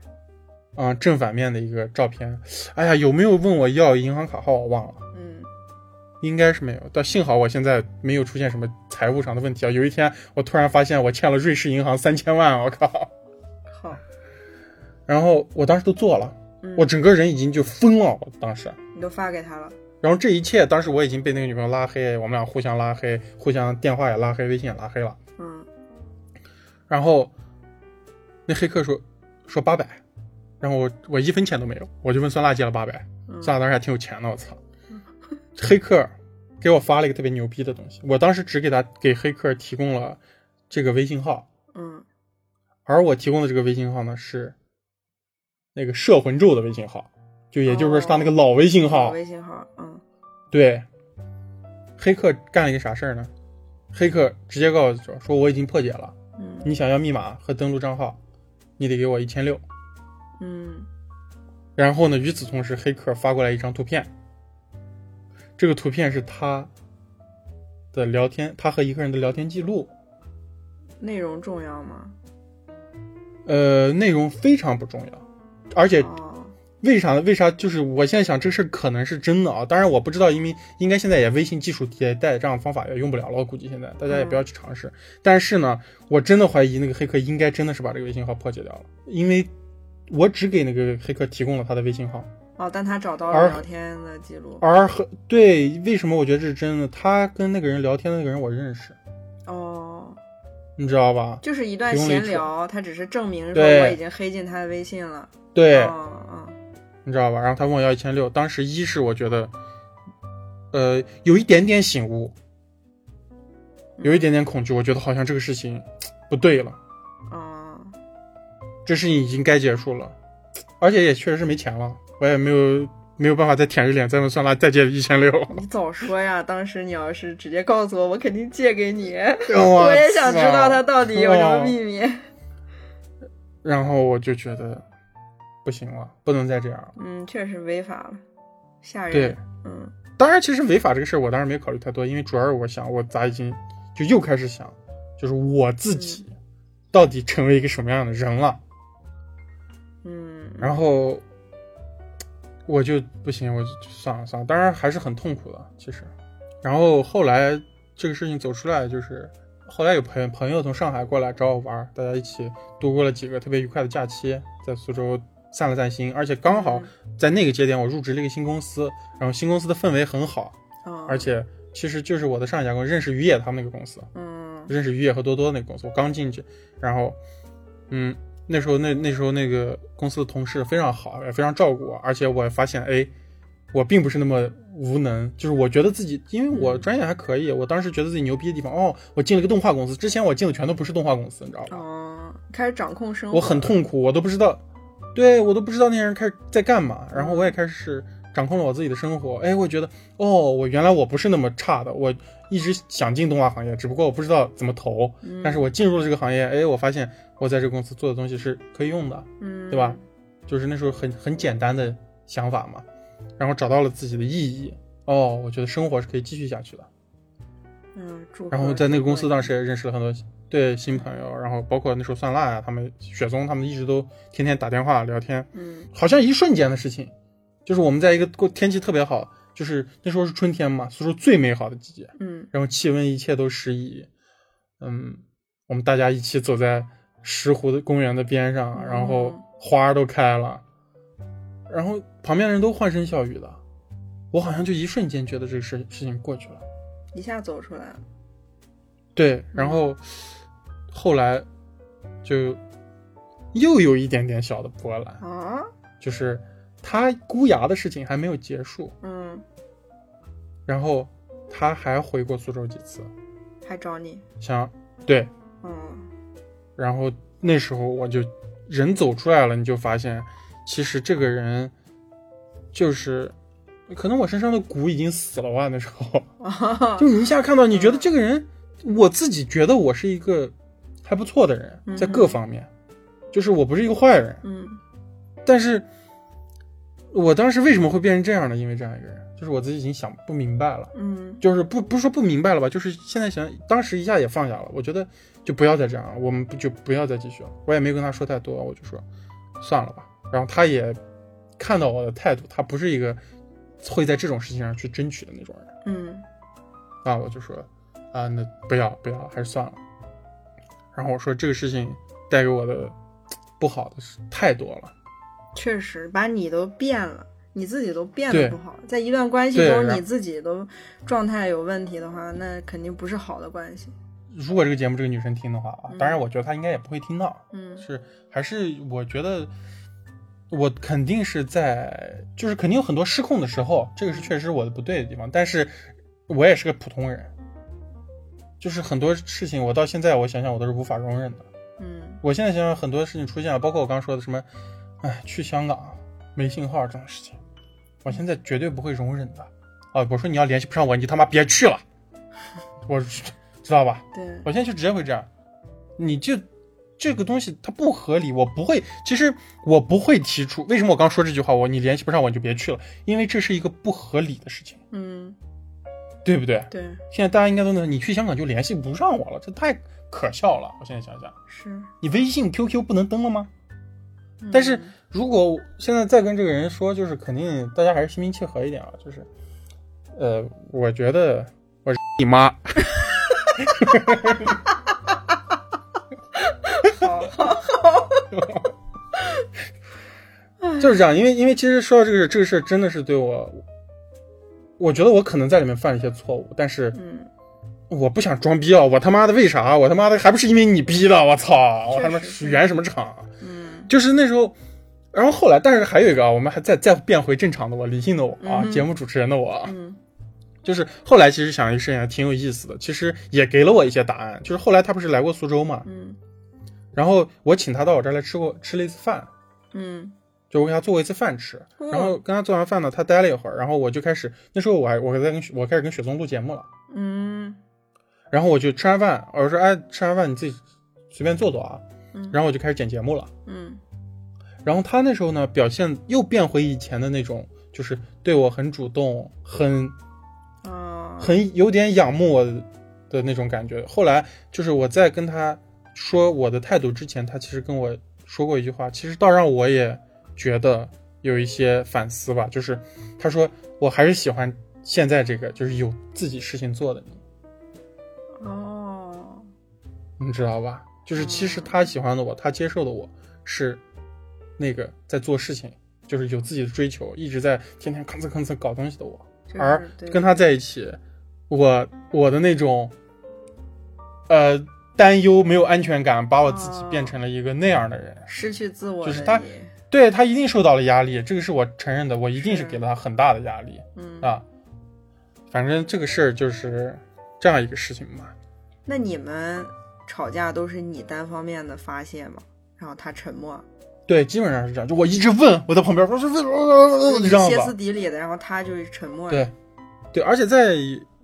Speaker 2: 啊、正反面的一个照片。哎呀，有没有问我要银行卡号？我忘了，
Speaker 1: 嗯
Speaker 2: 应该是没有。但幸好我现在没有出现什么财务上的问题啊。有一天我突然发现我欠了瑞士银行三千万，我靠！
Speaker 1: 好，
Speaker 2: 然后我当时都做了，
Speaker 1: 嗯
Speaker 2: 我整个人已经就疯了，我当时。
Speaker 1: 你都发给他了，
Speaker 2: 然后这一切，当时我已经被那个女朋友拉黑，我们俩互相拉黑，互相电话也拉黑，微信也拉黑了。
Speaker 1: 嗯
Speaker 2: 然后那黑客说说八百，然后我我一分钱都没有，我就问酸辣借了八百，
Speaker 1: 嗯
Speaker 2: 算了，当时还挺有钱的，我操！黑客给我发了一个特别牛逼的东西，我当时只给他给黑客提供了这个微信号，
Speaker 1: 嗯
Speaker 2: 而我提供的这个微信号呢是那个摄魂咒的微信号，就也就是说是他那个老微信号。
Speaker 1: 微信号，嗯
Speaker 2: 对，黑客干了一个啥事儿呢？黑客直接告诉我说我已经破解了，
Speaker 1: 嗯
Speaker 2: 你想要密码和登录账号，你得给我一千六。
Speaker 1: 嗯
Speaker 2: 然后呢，与此同时，黑客发过来一张图片，这个图片是他的聊天，他和一个人的聊天记录，
Speaker 1: 内容重要吗？
Speaker 2: 呃，内容非常不重要，而且
Speaker 1: 哦，
Speaker 2: 为啥为啥就是我现在想这事儿可能是真的啊，当然我不知道，因为应该现在也微信技术迭代，这样的方法也用不了了，我估计现在大家也不要去尝试。但是呢，我真的怀疑那个黑客应该真的是把这个微信号破解掉了，因为我只给那个黑客提供了他的微信号。
Speaker 1: 哦，但他找到
Speaker 2: 而
Speaker 1: 了聊天的记录，
Speaker 2: 而和对，为什么我觉得这是真的？他跟那个人聊天的那个人我认识，
Speaker 1: 哦，
Speaker 2: 你知道吧？
Speaker 1: 就是一段
Speaker 2: 提供了一
Speaker 1: 闲
Speaker 2: 处
Speaker 1: 聊，他只是证明说
Speaker 2: 对
Speaker 1: 我已经黑进他的微信了，
Speaker 2: 对，
Speaker 1: 哦
Speaker 2: 你知道吧？然后他问我要一千六，当时一是我觉得，呃，有一点点醒悟，
Speaker 1: 嗯
Speaker 2: 有一点点恐惧，我觉得好像这个事情不对了，
Speaker 1: 哦，
Speaker 2: 这事情已经该结束了，而且也确实是没钱了，我也没有没有办法再舔着脸再问算了，再借一千六，
Speaker 1: 你早说呀！ 当时你要是直接告诉我，我肯定借给你。
Speaker 2: 我
Speaker 1: 我也想知道他
Speaker 2: 操
Speaker 1: 到底有什么秘密。
Speaker 2: 然后我就觉得不行了，不能再这样了。
Speaker 1: 嗯，确实违法了，吓
Speaker 2: 对
Speaker 1: 人。，嗯
Speaker 2: 当然，其实违法这个事儿，我当时没考虑太多，因为主要是我想，我咋已经就又开始想，就是我自己到底成为一个什么样的人了。
Speaker 1: 嗯，
Speaker 2: 然后我就不行，我就算了算了，当然还是很痛苦的，其实。然后后来这个事情走出来，就是后来有朋朋友从上海过来找我玩儿，大家一起度过了几个特别愉快的假期，在苏州散了散心，而且刚好在那个节点我入职了一个新公司，然后新公司的氛围很好，
Speaker 1: 嗯，
Speaker 2: 而且其实就是我的上一家公司认识于野他们那个公司，
Speaker 1: 嗯
Speaker 2: 认识于野和多多那个公司，我刚进去，然后，嗯，那时候那那时候那个公司的同事非常好，也非常照顾我，而且我发现，哎，我并不是那么无能，就是我觉得自己，因为我专业还可以，我当时觉得自己牛逼的地方，哦，我进了个动画公司，之前我进的全都不是动画公司，你知道吧？
Speaker 1: 嗯，开始掌控生活，
Speaker 2: 我很痛苦，我都不知道，对我都不知道那些人开始在干嘛，然后我也开始掌控了我自己的生活。哎，我觉得哦，我原来我不是那么差的，我一直想进动画行业，只不过我不知道怎么投。
Speaker 1: 嗯，
Speaker 2: 但是我进入了这个行业，哎，我发现我在这个公司做的东西是可以用的，
Speaker 1: 嗯，
Speaker 2: 对吧？就是那时候很很简单的想法嘛，然后找到了自己的意义。哦，我觉得生活是可以继续下去的。
Speaker 1: 嗯，祝贺
Speaker 2: 然后在那个公司当时也认识了很多对新朋友，然后包括那时候酸辣呀、他们雪松他们一直都天天打电话聊天，
Speaker 1: 嗯
Speaker 2: 好像一瞬间的事情，就是我们在一个过天气特别好，就是那时候是春天嘛，苏州最美好的季节，
Speaker 1: 嗯
Speaker 2: 然后气温一切都适宜。嗯，我们大家一起走在石湖的公园的边上，
Speaker 1: 嗯
Speaker 2: 然后花儿都开了，然后旁边的人都欢声笑语的，我好像就一瞬间觉得这个事事情过去了。
Speaker 1: 一下走出来了，
Speaker 2: 对，然后后来就又有一点点小的波澜，
Speaker 1: 啊，
Speaker 2: 就是他箍牙的事情还没有结束，
Speaker 1: 嗯，
Speaker 2: 然后他还回过苏州几次，
Speaker 1: 还找你，
Speaker 2: 想对，
Speaker 1: 嗯
Speaker 2: 然后那时候我就人走出来了，你就发现其实这个人就是。可能我身上的骨已经死了吧，那时 候
Speaker 1: 啊，
Speaker 2: 就你一下看到，你觉得这个人，我自己觉得我是一个还不错的人，在各
Speaker 1: 嗯嗯哼
Speaker 2: 方面，就是我不是一个坏人，
Speaker 1: 嗯
Speaker 2: 但是我当时为什么会变成这样呢？因为这样一个人，就是我自己已经想不明白了，
Speaker 1: 嗯
Speaker 2: 就是不不是说不明白了吧，就是现在想，当时一下也放下了。我觉得就不要再这样了，我们不就不要再继续了。我也没跟他说太多，我就说算了吧。然后他也看到我的态度，他不是一个会在这种事情上去争取的那种人。
Speaker 1: 嗯
Speaker 2: 那我就说，啊，那不要不要，还是算了。然后我说这个事情带给我的不好的事太多了。
Speaker 1: 确实把你都变了，你自己都变
Speaker 2: 对
Speaker 1: 得不好，在一段关系
Speaker 2: 对
Speaker 1: 中
Speaker 2: 然
Speaker 1: 你自己都状态有问题的话，那肯定不是好的关系。
Speaker 2: 如果这个节目这个女生听的话啊，
Speaker 1: 嗯
Speaker 2: 当然我觉得她应该也不会听到，
Speaker 1: 嗯
Speaker 2: 是还是我觉得我肯定是在，就是肯定有很多失控的时候，这个是确实我的不对的地方，但是我也是个普通人，就是很多事情我到现在我想想我都是无法容忍的。
Speaker 1: 嗯
Speaker 2: 我现在想想很多事情出现了，包括我刚说的什么，哎，去香港没信号这种事情，我现在绝对不会容忍的。啊，我说你要联系不上我，你他妈别去了，我知道吧？
Speaker 1: 对，
Speaker 2: 我现在就直接会这样，你就这个东西它不合理，我不会，其实我不会提出为什么我刚说这句话，我你联系不上我你就别去了，因为这是一个不合理的事情，
Speaker 1: 嗯
Speaker 2: 对不对？
Speaker 1: 对
Speaker 2: 现在大家应该都能，你去香港就联系不上我了，这太可笑了。我现在想想，
Speaker 1: 是，
Speaker 2: 你微信、QQ 不能登了吗？
Speaker 1: 嗯
Speaker 2: 但是如果现在再跟这个人说，就是肯定大家还是心平气和一点啊，就是，呃，我觉得我是你妈，
Speaker 1: 好好
Speaker 2: 就是这样，因为因为其实说到这个事，这个事真的是对我，我觉得我可能在里面犯了一些错误，但是
Speaker 1: 嗯，
Speaker 2: 我不想装逼啊，我他妈的为啥？我他妈的还不是因为你逼的，我操，我
Speaker 1: 确
Speaker 2: 他
Speaker 1: 实
Speaker 2: 妈
Speaker 1: 是
Speaker 2: 圆什么场？
Speaker 1: 嗯
Speaker 2: 就是那时候，然后后来，但是还有一个啊，我们还再再变回正常的我，理性的我
Speaker 1: 嗯
Speaker 2: 啊，
Speaker 1: 哼
Speaker 2: 节目主持人的我啊，
Speaker 1: 嗯
Speaker 2: 就是后来其实想一个事情还挺有意思的，其实也给了我一些答案。就是后来他不是来过苏州嘛，
Speaker 1: 嗯
Speaker 2: 然后我请他到我这儿来吃过吃了一次饭，
Speaker 1: 嗯
Speaker 2: 就我给他做过一次饭吃，
Speaker 1: 嗯
Speaker 2: 然后跟他做完饭呢，他待了一会儿，然后我就开始那时候我还我还在跟我开始跟雪松录节目了，
Speaker 1: 嗯
Speaker 2: 然后我就吃完饭，我说哎吃完饭你自己随便做做啊，
Speaker 1: 嗯
Speaker 2: 然后我就开始剪节目了。
Speaker 1: 嗯
Speaker 2: 然后他那时候呢，表现又变回以前的那种，就是对我很主动，很
Speaker 1: 啊，
Speaker 2: 很有点仰慕我的那种感觉。后来就是我在跟他说我的态度之前，他其实跟我说过一句话，其实倒让我也觉得有一些反思吧。就是他说我还是喜欢现在这个，就是有自己事情做的你，
Speaker 1: 哦，
Speaker 2: 你知道吧？就是其实他喜欢的我，他接受的我是那个在做事情，就是有自己的追求，一直在天天吭哧吭哧搞东西的我。
Speaker 1: 就是
Speaker 2: 而
Speaker 1: 对
Speaker 2: 跟他在一起，我我的那种，呃，担忧没有安全感，把我自己
Speaker 1: 哦
Speaker 2: 变成了一个那样的人。
Speaker 1: 失去自我的
Speaker 2: 就
Speaker 1: 你，
Speaker 2: 是他对他一定受到了压力，这个是我承认的，我一定是
Speaker 1: 是
Speaker 2: 给了他很大的压力
Speaker 1: 嗯，
Speaker 2: 啊。反正这个事儿就是这样一个事情嘛。
Speaker 1: 那你们吵架都是你单方面的发泄吗？然后他沉默，
Speaker 2: 对，基本上是这样。就我一直问，我在旁边，我说问，我
Speaker 1: 你
Speaker 2: 这样
Speaker 1: 歇
Speaker 2: 吧
Speaker 1: 斯。底里的，然后他就是沉默。
Speaker 2: 对对，而且在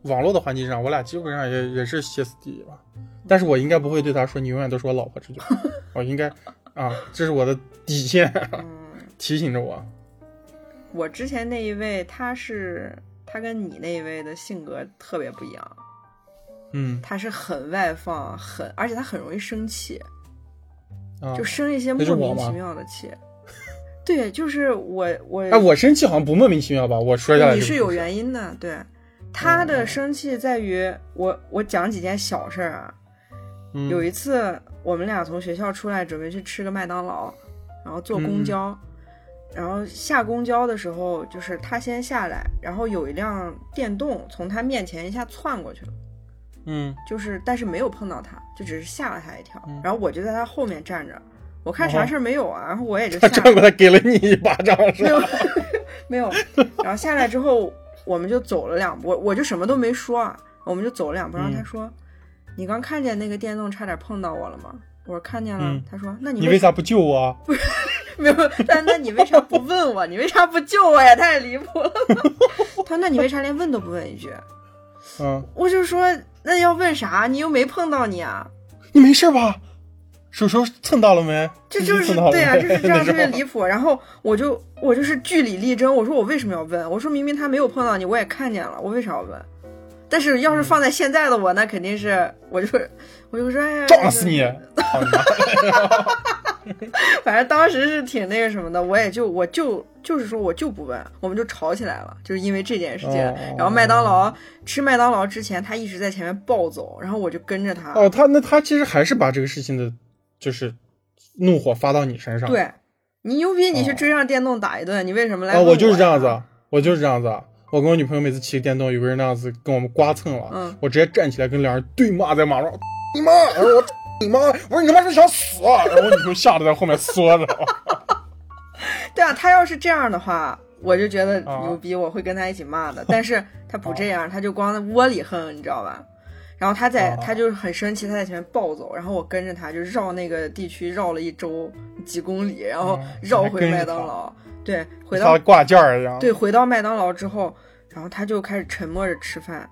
Speaker 2: 网络的环境上，我俩基本上也也是歇斯底里吧。但是我应该不会对他说“你永远都是我老婆”这句话，我应该啊，这是我的底线，
Speaker 1: 嗯，
Speaker 2: 提醒着我。
Speaker 1: 我之前那一位，他是他跟你那一位的性格特别不一样，
Speaker 2: 嗯，
Speaker 1: 他是很外放，很而且他很容易生气，
Speaker 2: 啊，
Speaker 1: 就生一些
Speaker 2: 那是
Speaker 1: 莫
Speaker 2: 我
Speaker 1: 名
Speaker 2: 吗
Speaker 1: 其妙的气。 对，就是我我
Speaker 2: 哎，我生气好像不莫名其妙吧？我说下来
Speaker 1: 你
Speaker 2: 就是不嗯
Speaker 1: 有
Speaker 2: 是
Speaker 1: 原因的，对。他的生气在于我，我讲几件小事儿啊。
Speaker 2: 嗯
Speaker 1: 有一次，我们俩从学校出来，准备去吃个麦当劳，然后坐
Speaker 2: 嗯
Speaker 1: 公交，然后下公交的时候，就是他先下来，然后有一辆电动从他面前一下窜过去了，
Speaker 2: 嗯，
Speaker 1: 就是但是没有碰到他，就只是吓了他一跳。
Speaker 2: 嗯
Speaker 1: 然后我就在他后面站着，我看啥
Speaker 2: 哦
Speaker 1: 事儿没有啊，然后我也就
Speaker 2: 他
Speaker 1: 下
Speaker 2: 站过来给了你一巴掌是
Speaker 1: 没
Speaker 2: 吧？
Speaker 1: 有， 没有。然后下来之后，我们就走了两步，我就什么都没说啊，我们就走了两步。然后他
Speaker 2: 嗯
Speaker 1: 说：“你刚看见那个电动差点碰到我了吗？”我说：“看见了。
Speaker 2: 嗯
Speaker 1: 他说：“那你
Speaker 2: 你为啥不救我？ 啊
Speaker 1: 没有？但那你为啥不问我？你为啥不救我呀？太离谱了吧！” 他说：“那你为啥连问都不问一句
Speaker 2: 嗯，？”
Speaker 1: 我就说：“那要问啥？你又没碰到你啊。”
Speaker 2: 你没事吧？手手蹭到了没？
Speaker 1: 这
Speaker 2: 已
Speaker 1: 就
Speaker 2: 经
Speaker 1: 是
Speaker 2: 蹭到了
Speaker 1: 对啊，
Speaker 2: 没
Speaker 1: 就是这样，
Speaker 2: 那
Speaker 1: 特别
Speaker 2: 种
Speaker 1: 离谱。然后我就我就是据理力争，我说我为什么要问？我说明明他没有碰到你，我也看见了，我为啥要问？但是
Speaker 2: 嗯
Speaker 1: 要是放在现在的我，那肯定是我就我就说哎呀，
Speaker 2: 撞死你！操 你妈！
Speaker 1: 反正当时是挺那个什么的，我也就我就就是说我就不问，我们就吵起来了，就是因为这件事情。
Speaker 2: 哦
Speaker 1: 然后麦当劳吃麦当劳之前，他一直在前面暴走，然后我就跟着他。
Speaker 2: 哦，他那他其实还是把这个事情的，就是怒火发到你身上。
Speaker 1: 对，你牛逼，你去
Speaker 2: 哦
Speaker 1: 追上电动打一顿，你为什么来
Speaker 2: 啊，
Speaker 1: 问我
Speaker 2: 我就是这样子
Speaker 1: 呀
Speaker 2: 啊，我就是这样子啊。我跟我女朋友每次骑电动，有个人那样子跟我们刮蹭了，
Speaker 1: 嗯
Speaker 2: 我直接站起来跟两人对骂在马路上，你妈！然后我你妈！我说你他妈是想死啊！然后我女朋友吓得在后 面缩着。
Speaker 1: 对啊，他要是这样的话，我就觉得
Speaker 2: 啊
Speaker 1: 牛逼，我会跟他一起骂 的。但是他不这样，他就光在窝里横，你知道吧？然后他在，
Speaker 2: 啊
Speaker 1: 他就是很生气，他在前面暴走，然后我跟着他，就绕那个地区绕了一周几公里，然后
Speaker 2: 啊
Speaker 1: 绕
Speaker 2: 还
Speaker 1: 回
Speaker 2: 跟着
Speaker 1: 麦当
Speaker 2: 他
Speaker 1: 劳，对，回
Speaker 2: 他
Speaker 1: 到
Speaker 2: 挂件儿一样。
Speaker 1: 对回到麦当劳之后，然后他就开始沉默着吃饭，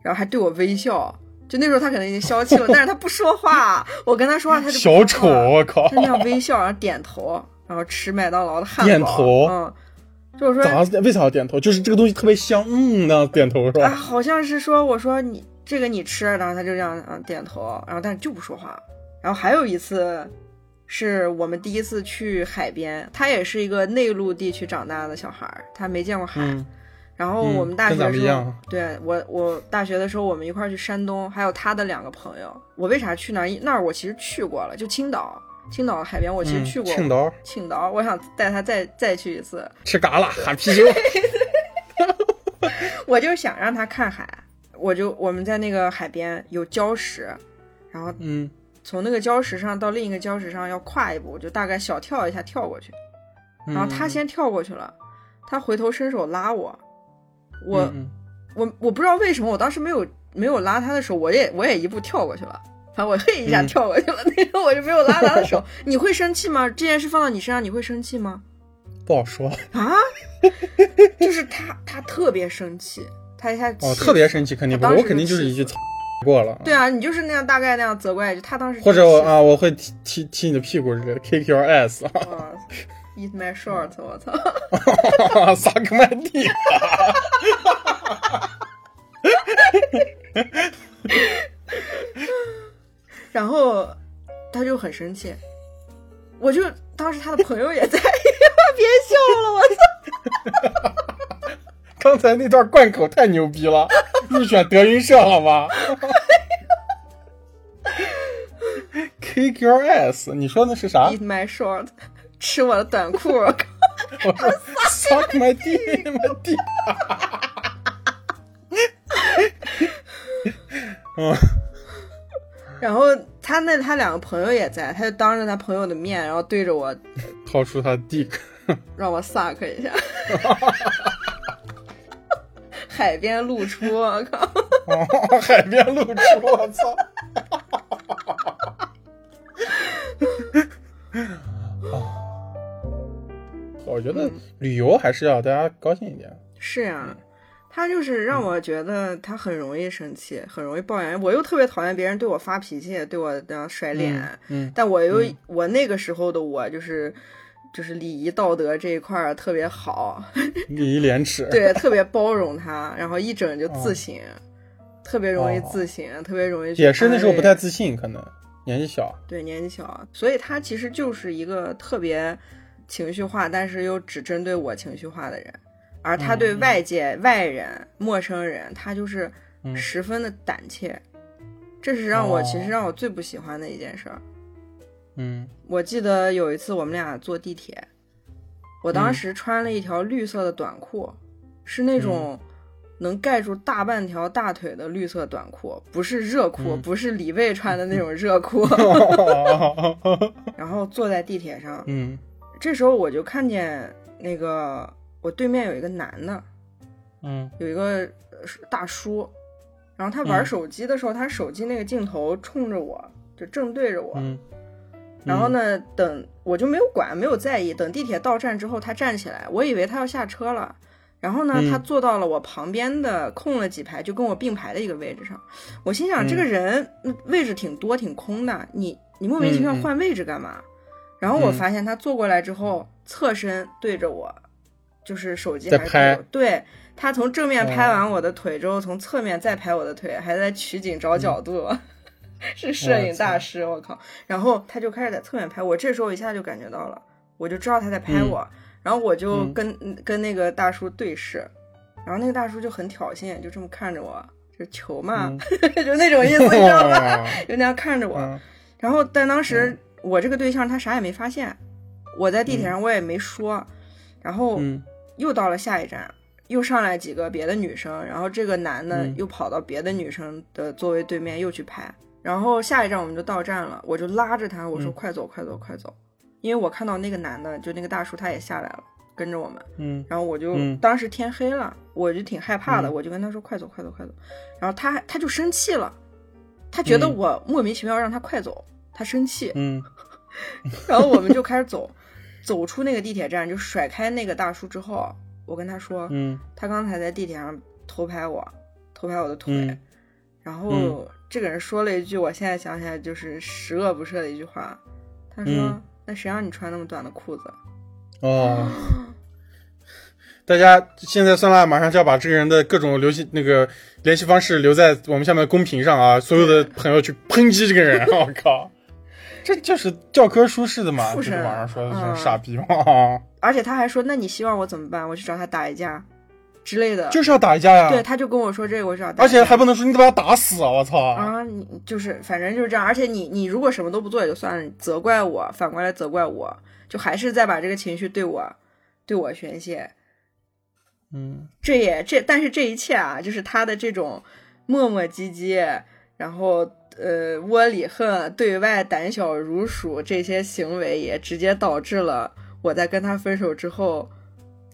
Speaker 1: 然后还对我微笑。就那时候他可能已经消 气了，但是他不说话。我跟他说话，他就不
Speaker 2: 小
Speaker 1: 说
Speaker 2: 丑，啊
Speaker 1: 话
Speaker 2: 我靠
Speaker 1: 就！那样微笑，然后点头，然后吃麦当劳的汉堡，
Speaker 2: 点头
Speaker 1: 嗯，就是
Speaker 2: 早
Speaker 1: 说
Speaker 2: 上为啥要点头？就是这个东西特别香，嗯，那样点头是
Speaker 1: 啊，
Speaker 2: 吧？
Speaker 1: 好像是说我说你这个你吃，然后他就这样嗯点头，然后但是就不说话。然后还有一次，是我们第一次去海边，他也是一个内陆地区长大的小孩儿，他没见过海。
Speaker 2: 嗯，
Speaker 1: 然后我们大学
Speaker 2: 嗯跟咱
Speaker 1: 的
Speaker 2: 们
Speaker 1: 时
Speaker 2: 一
Speaker 1: 候，
Speaker 2: 样
Speaker 1: 对我我大学的时候，我们一块儿去山东，还有他的两个朋友。我为啥去那儿？那儿我其实去过了，就青岛，青岛的海边我
Speaker 2: 我
Speaker 1: 其实去过。
Speaker 2: 嗯青岛
Speaker 1: 青岛，我想带他再再去一次，
Speaker 2: 吃嘎啦，喊啤酒。
Speaker 1: 我就想让他看海，我就我们在那个海边有礁石，然后
Speaker 2: 嗯，
Speaker 1: 从那个礁石上到另一个礁石上要跨一步，就大概小跳一下跳过去，
Speaker 2: 嗯
Speaker 1: 然后他先跳过去了，他回头伸手拉我，我、
Speaker 2: 嗯
Speaker 1: 我我不知道为什么我当时没有没有拉他的手，我也我也一步跳过去了。然后我嘿一下
Speaker 2: 嗯
Speaker 1: 跳过去了，那个我就没有拉他的手。你会生气吗？这件事放到你身上，你会生气吗？
Speaker 2: 嗯 不好说
Speaker 1: 啊，就是他，他特别生气，他一下气
Speaker 2: 哦，特别生气，肯定不
Speaker 1: 当
Speaker 2: 会，
Speaker 1: 时
Speaker 2: 我肯定就是一句
Speaker 1: 就气
Speaker 2: 操过了。
Speaker 1: 对啊，你就是那样大概那样责怪一句，他当时
Speaker 2: 或者我
Speaker 1: 真
Speaker 2: 啊，我会踢踢踢你的屁股之类的，kick your ass，
Speaker 1: 是哇，eat my shorts，我操，
Speaker 2: 撒个麦地，
Speaker 1: 然后他就很生气。我就当时他的朋友也在， 别笑了，我操！
Speaker 2: 刚才那段贯口太牛逼了，你选德云社好吗？Kick your ass！你说的是啥？
Speaker 1: Eat my short，吃我的短裤。
Speaker 2: 我说 suck my dick，my dick。嗯，
Speaker 1: 然后他那他两个朋友也在，他就当着他朋友的面，然后对着我
Speaker 2: 掏出他 dick，
Speaker 1: 让我 suck 一 下。海边露出，我靠！
Speaker 2: 哦海边露出，我操！啊我觉
Speaker 1: 嗯
Speaker 2: 得旅游还是要大家高兴一点。
Speaker 1: 是呀、
Speaker 2: 嗯
Speaker 1: 他就是让我觉得他很容易生气，很容易抱怨。我又特别讨厌别人对我发脾气，对我这样甩脸。
Speaker 2: 嗯，
Speaker 1: 但我又、我那个时候的我就是就是礼仪道德这一块儿特别好，
Speaker 2: 礼仪廉耻。
Speaker 1: 对，特别包容他，然后一整就自省，特别容易自省，特别容易去
Speaker 2: 哦也是那时候
Speaker 1: 安
Speaker 2: 不
Speaker 1: 慰
Speaker 2: 太自信，可能年纪小。
Speaker 1: 对年纪小，啊所以他其实就是一个特别情绪化，但是又只针对我情绪化的人，而他对
Speaker 2: 嗯嗯
Speaker 1: 外界、外人、陌生人，他就是
Speaker 2: 嗯
Speaker 1: 十分的胆怯，这是让我、其
Speaker 2: 哦
Speaker 1: 实让我最不喜欢的一件事儿。
Speaker 2: 嗯
Speaker 1: 我记得有一次我们俩坐地铁，我
Speaker 2: 嗯
Speaker 1: 当时穿了一条绿色的短裤，是那种能盖住大半条大腿的绿色短裤，不是热裤，
Speaker 2: 嗯
Speaker 1: 不是李卫穿的那种热 裤。然后坐在地铁上，
Speaker 2: 嗯
Speaker 1: 这时候我就看见那个我对面有一个男的，
Speaker 2: 嗯
Speaker 1: 有一个呃大叔，然后他玩
Speaker 2: 嗯
Speaker 1: 手机的时候，他手机那个镜头冲着我，就正对着我。
Speaker 2: 嗯。
Speaker 1: 然后呢，等我就没有管，没有在意。等地铁到站之后，他站起来，我以为他要下车了。然后呢，
Speaker 2: 嗯
Speaker 1: 他坐到了我旁边的空了几排，就跟我并排的一个位置上。我心想，
Speaker 2: 嗯
Speaker 1: 这个人嗯位置挺多，挺空的，你你莫名其妙
Speaker 2: 嗯嗯
Speaker 1: 换位置干嘛？然后我
Speaker 2: 嗯
Speaker 1: 发现他坐过来之后，侧身对着我，就是手机
Speaker 2: 在
Speaker 1: 还是
Speaker 2: 拍哦
Speaker 1: 对我对他从正面拍完我的腿之后，从侧面再拍我的腿，还在取景
Speaker 2: 嗯
Speaker 1: 找角度， 是摄影大师，我靠！然后他就开始在侧面拍我，这时候一下就感觉到了，我就知道他在拍我，然后我就
Speaker 2: 嗯
Speaker 1: 跟、跟那个大叔对视，然后那个大叔就很挑衅，就这么看着我，就求嘛，
Speaker 2: 嗯
Speaker 1: 就那啊种意思，你知道吗？ 就那样看着我，
Speaker 2: 嗯
Speaker 1: 然后但当时我这个对象他啥也没发现，我在地铁上我也没说，然后
Speaker 2: 嗯
Speaker 1: 又到了下一站，又上来几个别的女生，然后这个男的
Speaker 2: 嗯
Speaker 1: 又跑到别的女生的座位对面又去拍，然后下一站我们就到站了，我就拉着他我说
Speaker 2: 嗯
Speaker 1: 快走快走快走，因为我看到那个男的就那个大叔他也下来了。跟着我们，
Speaker 2: 嗯
Speaker 1: 然后我就、
Speaker 2: 嗯
Speaker 1: 当时天黑了，我就挺害怕的，
Speaker 2: 嗯
Speaker 1: 我就跟他说快走快走快走，然后他他就生气了，他觉得
Speaker 2: 嗯
Speaker 1: 我莫名其妙让他快走，他生气，
Speaker 2: 嗯
Speaker 1: 然后我们就开始走， 走出那个地铁站，就甩开那个大叔之后，我跟他说，
Speaker 2: 嗯
Speaker 1: 他刚才在地铁上偷拍我，偷拍我的腿，
Speaker 2: 嗯
Speaker 1: 然后、
Speaker 2: 嗯
Speaker 1: 这个人说了一句，我现在想起来就是十恶不赦的一句话，他说：“
Speaker 2: 嗯
Speaker 1: 那谁让你穿那么短的裤子
Speaker 2: 哦。大家现在酸辣马上就要把这个人的各种联系那个联系方式留在我们下面的公屏上啊，所有的朋友去抨击这个人， 我靠，这就是教科书式的嘛，
Speaker 1: 畜
Speaker 2: 就是
Speaker 1: 生
Speaker 2: 网上说的这
Speaker 1: 嗯
Speaker 2: 种傻逼嘛，？”
Speaker 1: 而且他还说：“那你希望我怎么办？我去找他打一架之类的。
Speaker 2: 就是要打一架呀，
Speaker 1: 对，他就跟我说这个，我找打
Speaker 2: 而
Speaker 1: 一架，
Speaker 2: 且还不能说你得把他打死啊！我操！
Speaker 1: 啊，你就是反正就是这样，而且你你如果什么都不做也就算了，你责怪我，反过来责怪我，就还是在把这个情绪对我对我宣泄。
Speaker 2: 嗯
Speaker 1: 这也这，但是这一切啊，就是他的这种磨磨唧唧，然后呃窝里横，对外胆小如鼠这些行为，也直接导致了我在跟他分手之后，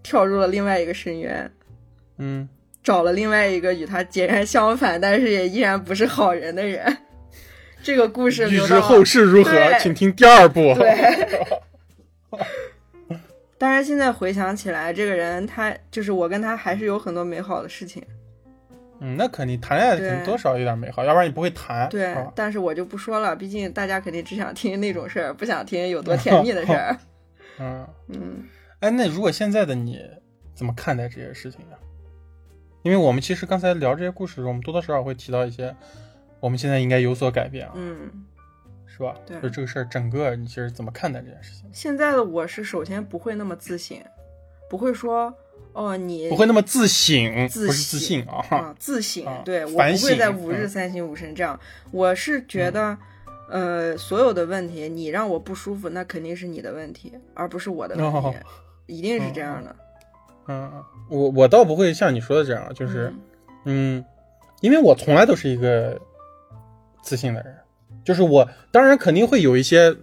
Speaker 1: 跳入了另外一个深渊。
Speaker 2: 嗯，
Speaker 1: 找了另外一个与他截然相反，但是也依然不是好人的人。这个故事
Speaker 2: 欲
Speaker 1: 留
Speaker 2: 知
Speaker 1: 到
Speaker 2: 后事如何
Speaker 1: 对，
Speaker 2: 请听第二部。
Speaker 1: 对。当然，现在回想起来，这个人他就是我跟他还是有很多美好的事情，
Speaker 2: 嗯，那肯定谈恋爱肯定
Speaker 1: 对
Speaker 2: 多少有点美好，要不然你不会谈。
Speaker 1: 对，
Speaker 2: 啊
Speaker 1: 但是我就不说了，毕竟大家肯定只想听那种事儿，不想听有多甜蜜的事 儿。
Speaker 2: 嗯，
Speaker 1: 嗯，
Speaker 2: 哎，那如果现在的你怎么看待这些事情呢、因为我们其实刚才聊这些故事的时候，我们多多少少会提到一些我们现在应该有所改变啊。
Speaker 1: 嗯，
Speaker 2: 是吧？
Speaker 1: 对
Speaker 2: 就这个事儿，整个你其实怎么看待这件事情？
Speaker 1: 现在的我是首先不会那么自省，不会说哦你
Speaker 2: 不会那么自省，
Speaker 1: 自
Speaker 2: 不是自信啊。
Speaker 1: 啊自省，
Speaker 2: 啊
Speaker 1: 对我
Speaker 2: 反
Speaker 1: 不会
Speaker 2: 省
Speaker 1: 再五日
Speaker 2: 嗯
Speaker 1: 三省吾身这样。我是觉得，呃，所有的问题你让我不舒服，那肯定是你的问题，而不是我的问题，
Speaker 2: 哦
Speaker 1: 一定是这样的。
Speaker 2: 嗯，我我倒不会像你说的这样，啊就是嗯，因为我从来都是一个自信的人，就是我当然肯定会有一些。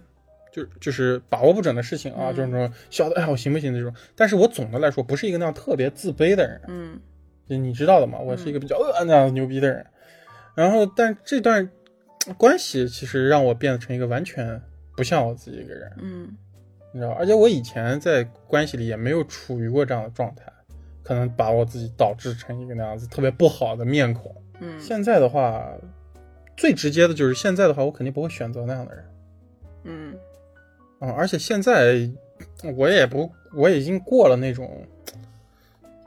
Speaker 2: 就就是把握不准的事情啊，
Speaker 1: 嗯
Speaker 2: 就是说小的哎我行不行这种，但是我总的来说不是一个那样特别自卑的人，
Speaker 1: 嗯
Speaker 2: 就你知道的嘛，我是一个比较呃那样牛逼的人。然后，但这段呃关系其实让我变成一个完全不像我自己一个人，
Speaker 1: 嗯
Speaker 2: 你知道吧？而且我以前在关系里也没有处于过这样的状态，可能把我自己导致成一个那样子特别不好的面孔。
Speaker 1: 嗯
Speaker 2: 现在的话，最直接的就是现在的话，我肯定不会选择那样的人。
Speaker 1: 嗯
Speaker 2: 嗯，而且现在我也不，我已经过了那种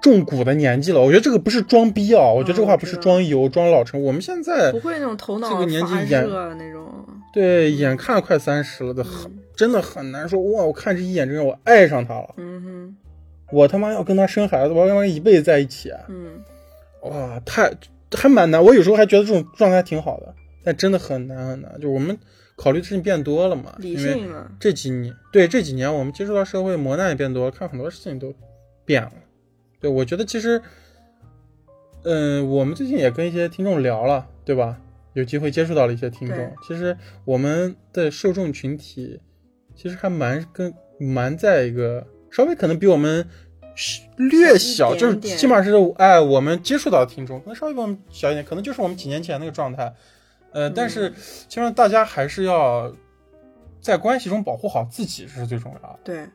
Speaker 2: 重古的年纪了。我觉得这个不是装逼啊，
Speaker 1: 嗯
Speaker 2: 我觉得这个话不是装油、装老成。我们现在
Speaker 1: 不会那种头脑
Speaker 2: 这个年纪
Speaker 1: 发
Speaker 2: 眼
Speaker 1: 热那种。
Speaker 2: 对眼看快三十了的，很、
Speaker 1: 嗯
Speaker 2: 真的很难说哇！我看这一眼，这个人我爱上他了，
Speaker 1: 嗯哼，
Speaker 2: 我他妈要跟他生孩子，我要跟他一辈子在一起，啊
Speaker 1: 嗯
Speaker 2: 哇，太还蛮难。我有时候还觉得这种状态挺好的，但真的很难很难。就是我们考虑的事情变多了嘛，
Speaker 1: 理
Speaker 2: 啊因为
Speaker 1: 性啊了。
Speaker 2: 这几年，对这几年我们接触到社会磨难也变多了，看很多事情都变了。对我觉得其实，嗯、我们最近也跟一些听众聊了，对吧？有机会接触到了一些听
Speaker 1: 对
Speaker 2: 众，其实我们的受众群体其实还蛮跟蛮在一个稍微可能比我们是略
Speaker 1: 小
Speaker 2: 小，
Speaker 1: 一
Speaker 2: 就是
Speaker 1: 点点
Speaker 2: 起码是哎，我们接触到的听众可能稍微比我们小一点，可能就是我们几年前那个状态。呃，但是
Speaker 1: 嗯
Speaker 2: 其实大家还是要在关系中保护好自己，这是最重要的。
Speaker 1: 对，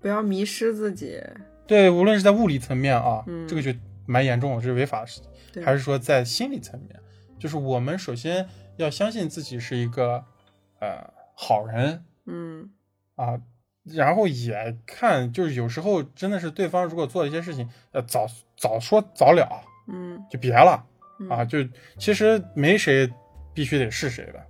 Speaker 1: 不要迷失自己。
Speaker 2: 对，无论是在物理层面啊，
Speaker 1: 嗯
Speaker 2: 这个就蛮严重了，这是违法的事情，
Speaker 1: 对，
Speaker 2: 还是说在心理层面，就是我们首先要相信自己是一个呃好人
Speaker 1: 嗯
Speaker 2: 啊，然后也看，就是有时候真的是对方如果做了一些事情，呃，早早说早了
Speaker 1: 嗯
Speaker 2: 就别了
Speaker 1: 嗯
Speaker 2: 啊，，就其实没谁必须得是谁的。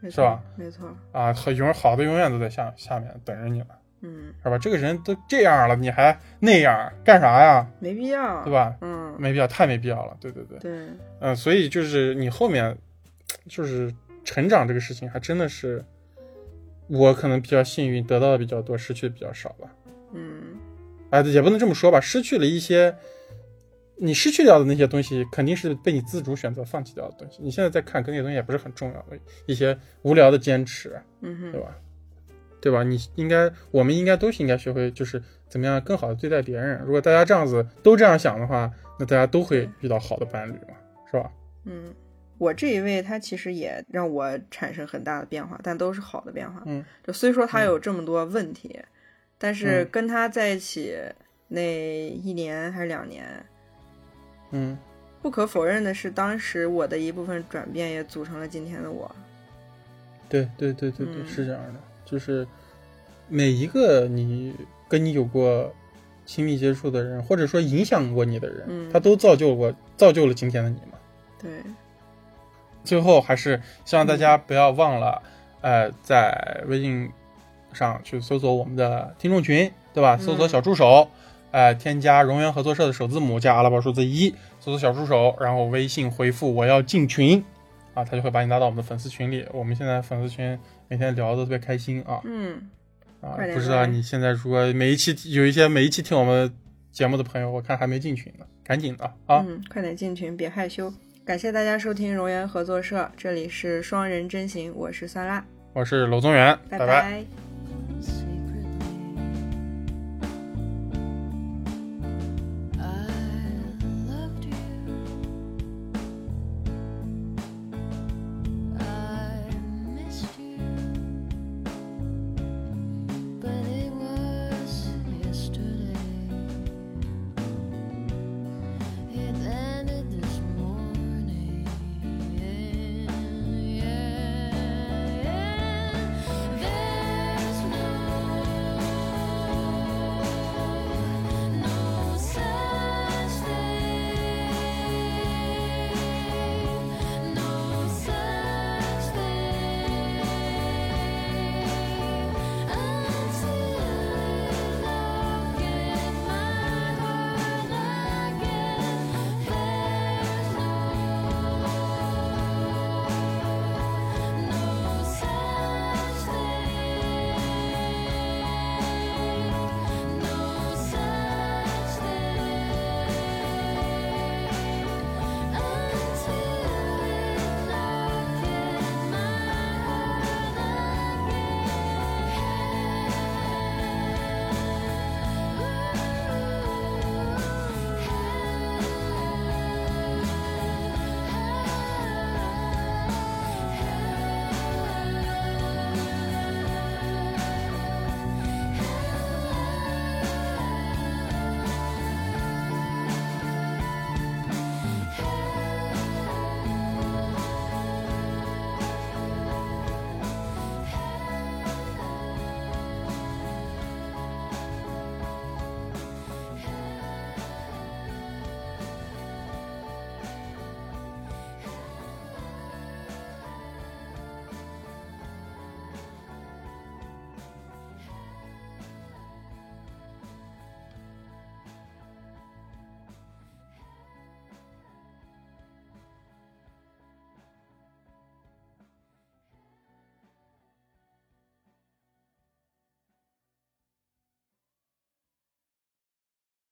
Speaker 1: 没
Speaker 2: 是
Speaker 1: 错
Speaker 2: 吧？
Speaker 1: 没错。
Speaker 2: 啊，好永好的永远都在下下面等着你了，
Speaker 1: 嗯，
Speaker 2: 是吧？这个人都这样了，你还那样干啥呀？
Speaker 1: 没必要，
Speaker 2: 对？吧？
Speaker 1: 嗯，
Speaker 2: 没必要，太没必要了。对对对，
Speaker 1: 对，
Speaker 2: 嗯、所以就是你后面就是成长这个事情，还真的是我可能比较幸运，得到的比较多，失去的比较少吧。
Speaker 1: 嗯
Speaker 2: 啊，也不能这么说吧，失去了一些你失去掉的那些东西，肯定是被你自主选择放弃掉的东西。你现在在看，跟那些东西也不是很重要的一些无聊的坚持，
Speaker 1: 嗯
Speaker 2: 对
Speaker 1: 哼，
Speaker 2: 吧？对吧？你应该，我们应该都是应该学会，就是怎么样更好的对待别人。如果大家这样子都这样想的话，那大家都会遇到好的伴侣嘛，是吧？
Speaker 1: 嗯，我这一位他其实也让我产生很大的变化，但都是好的变化。
Speaker 2: 嗯，
Speaker 1: 就虽说他有这么多问题，但是
Speaker 2: 嗯
Speaker 1: 跟他在一起那一年还是两年，
Speaker 2: 嗯
Speaker 1: 不可否认的是，当时我的一部分转变也组成了今天的我。，
Speaker 2: 对对对对对，
Speaker 1: 嗯
Speaker 2: 是这样的，就是每一个你跟你有过亲密接触的人，或者说影响过你的人，
Speaker 1: 嗯
Speaker 2: 他都造就过造就了今天的你嘛。
Speaker 1: 对，
Speaker 2: 最后还是希望大家不要忘了，呃，在微信上去搜索我们的听众群，对
Speaker 1: 嗯
Speaker 2: 吧？搜索小助手，呃，添加荣源合作社的首字母加阿拉伯数字一，搜索小助手，然后微信回复我要进群，啊，他就会把你拉到我们的粉丝群里。我们现在粉丝群每天聊的特别开心啊
Speaker 1: 嗯，
Speaker 2: 啊
Speaker 1: 快！点
Speaker 2: 不知
Speaker 1: 来
Speaker 2: 道你现在如果每一期有一些每一期听我们节目的朋友，我看还没进群呢，赶紧的啊！
Speaker 1: 嗯，快点进群，别害羞。感谢大家收听荣源合作社，这里是双人真行，我是酸辣，
Speaker 2: 我是娄宗元，拜
Speaker 1: 拜